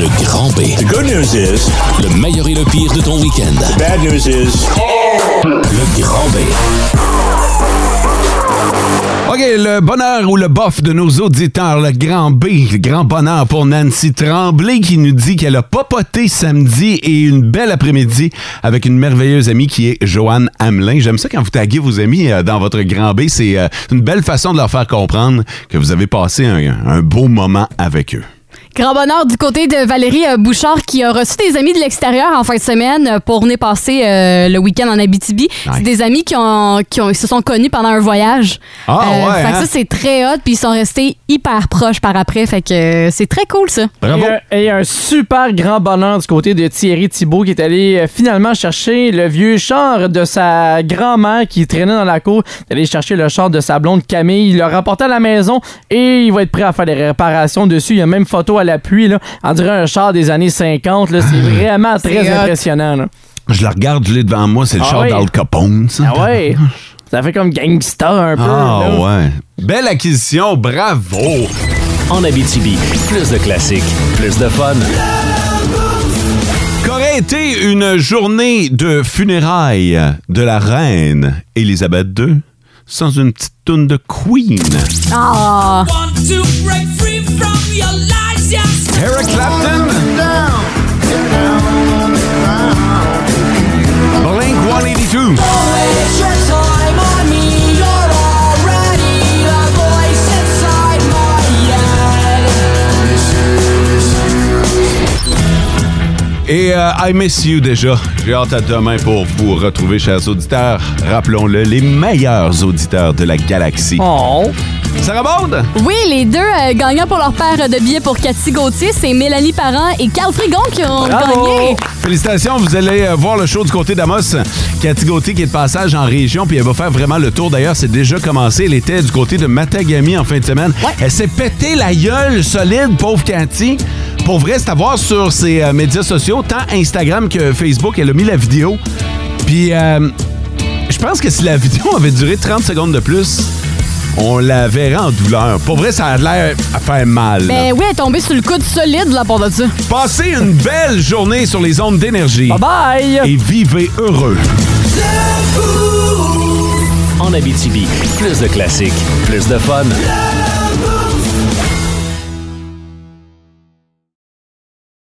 B: Le grand B. The good news is... Le meilleur et le pire de ton week-end. bad news is... Le grand B.
C: OK, le bonheur ou le bof de nos auditeurs, le grand B, le grand bonheur pour Nancy Tremblay qui nous dit qu'elle a papoté samedi et une belle après-midi avec une merveilleuse amie qui est Joanne Hamelin. J'aime ça quand vous taguez vos amis euh, dans votre grand B, c'est euh, une belle façon de leur faire comprendre que vous avez passé un- un beau moment avec eux.
E: Grand bonheur du côté de Valérie euh, Bouchard qui a reçu des amis de l'extérieur en fin de semaine euh, pour venir passer euh, le week-end en Abitibi. C'est des amis qui, ont, qui ont- se sont connus pendant un voyage. Euh,
C: Ah,
E: fait
C: ouais,
E: que
C: hein?
E: Ça, c'est très hot. Puis ils sont restés hyper proches par après. Fait que euh, c'est très cool, ça.
F: <laughs> Et, un- Et, un super grand bonheur du côté de Thierry Thibault qui est allé euh, finalement chercher le vieux char de sa grand-mère qui traînait dans la cour. Il est allé chercher le char de sa blonde Camille. Il l'a rapporté à la maison et il va être prêt à faire des réparations dessus. Il y a même photo à l'appui. là. On dirait un char des années 50. là. C'est vraiment très
C: C'est hot.
F: impressionnant. là.
C: Je la regarde, je l'ai devant moi, c'est le
F: Ah
C: char
F: oui.
C: d'Al Capone, ça.
F: Ah ouais? Ça fait comme gangsta un peu.
C: Ah
B: Hein?
F: là.
C: ouais. Belle acquisition, bravo!
B: En Abitibi, plus de classiques, plus de fun.
C: Qu'aurait été une journée de funérailles de la reine Élisabeth II sans une petite toune de Queen?
E: Ah!
C: Eric Clapton. Blink 182. Et euh, I Miss You déjà. J'ai hâte à demain pour vous retrouver, chers auditeurs. Rappelons-le, les meilleurs auditeurs de la galaxie.
F: Oh.
C: Ça rebonde?
E: Oui, les deux euh, gagnants pour leur paire de billets pour Cathy Gauthier, c'est Mélanie Parent et Carl Frigon qui ont gagné.
C: Félicitations, vous allez euh, voir le show du côté d'Amos. Cathy Gauthier qui est de passage en région, puis elle va faire vraiment le tour. D'ailleurs, c'est déjà commencé. Elle était du côté de Matagami en fin de semaine. Elle s'est pété la gueule solide, pauvre Cathy. Pour vrai, c'est à voir sur ses euh, médias sociaux, tant Instagram que Facebook. Elle a mis la vidéo. Puis, euh, je pense que si la <laughs> vidéo avait duré 30 secondes de plus, on la verrait en douleur. Pour vrai, ça a l'air à faire mal. là.
E: Ben oui, elle est tombée sur le coude solide là pour de ça.
C: Passez une belle journée sur les ondes d'énergie. Bye
F: bye!
C: Et vivez heureux.
B: En Abitibi, plus de classiques, plus de fun.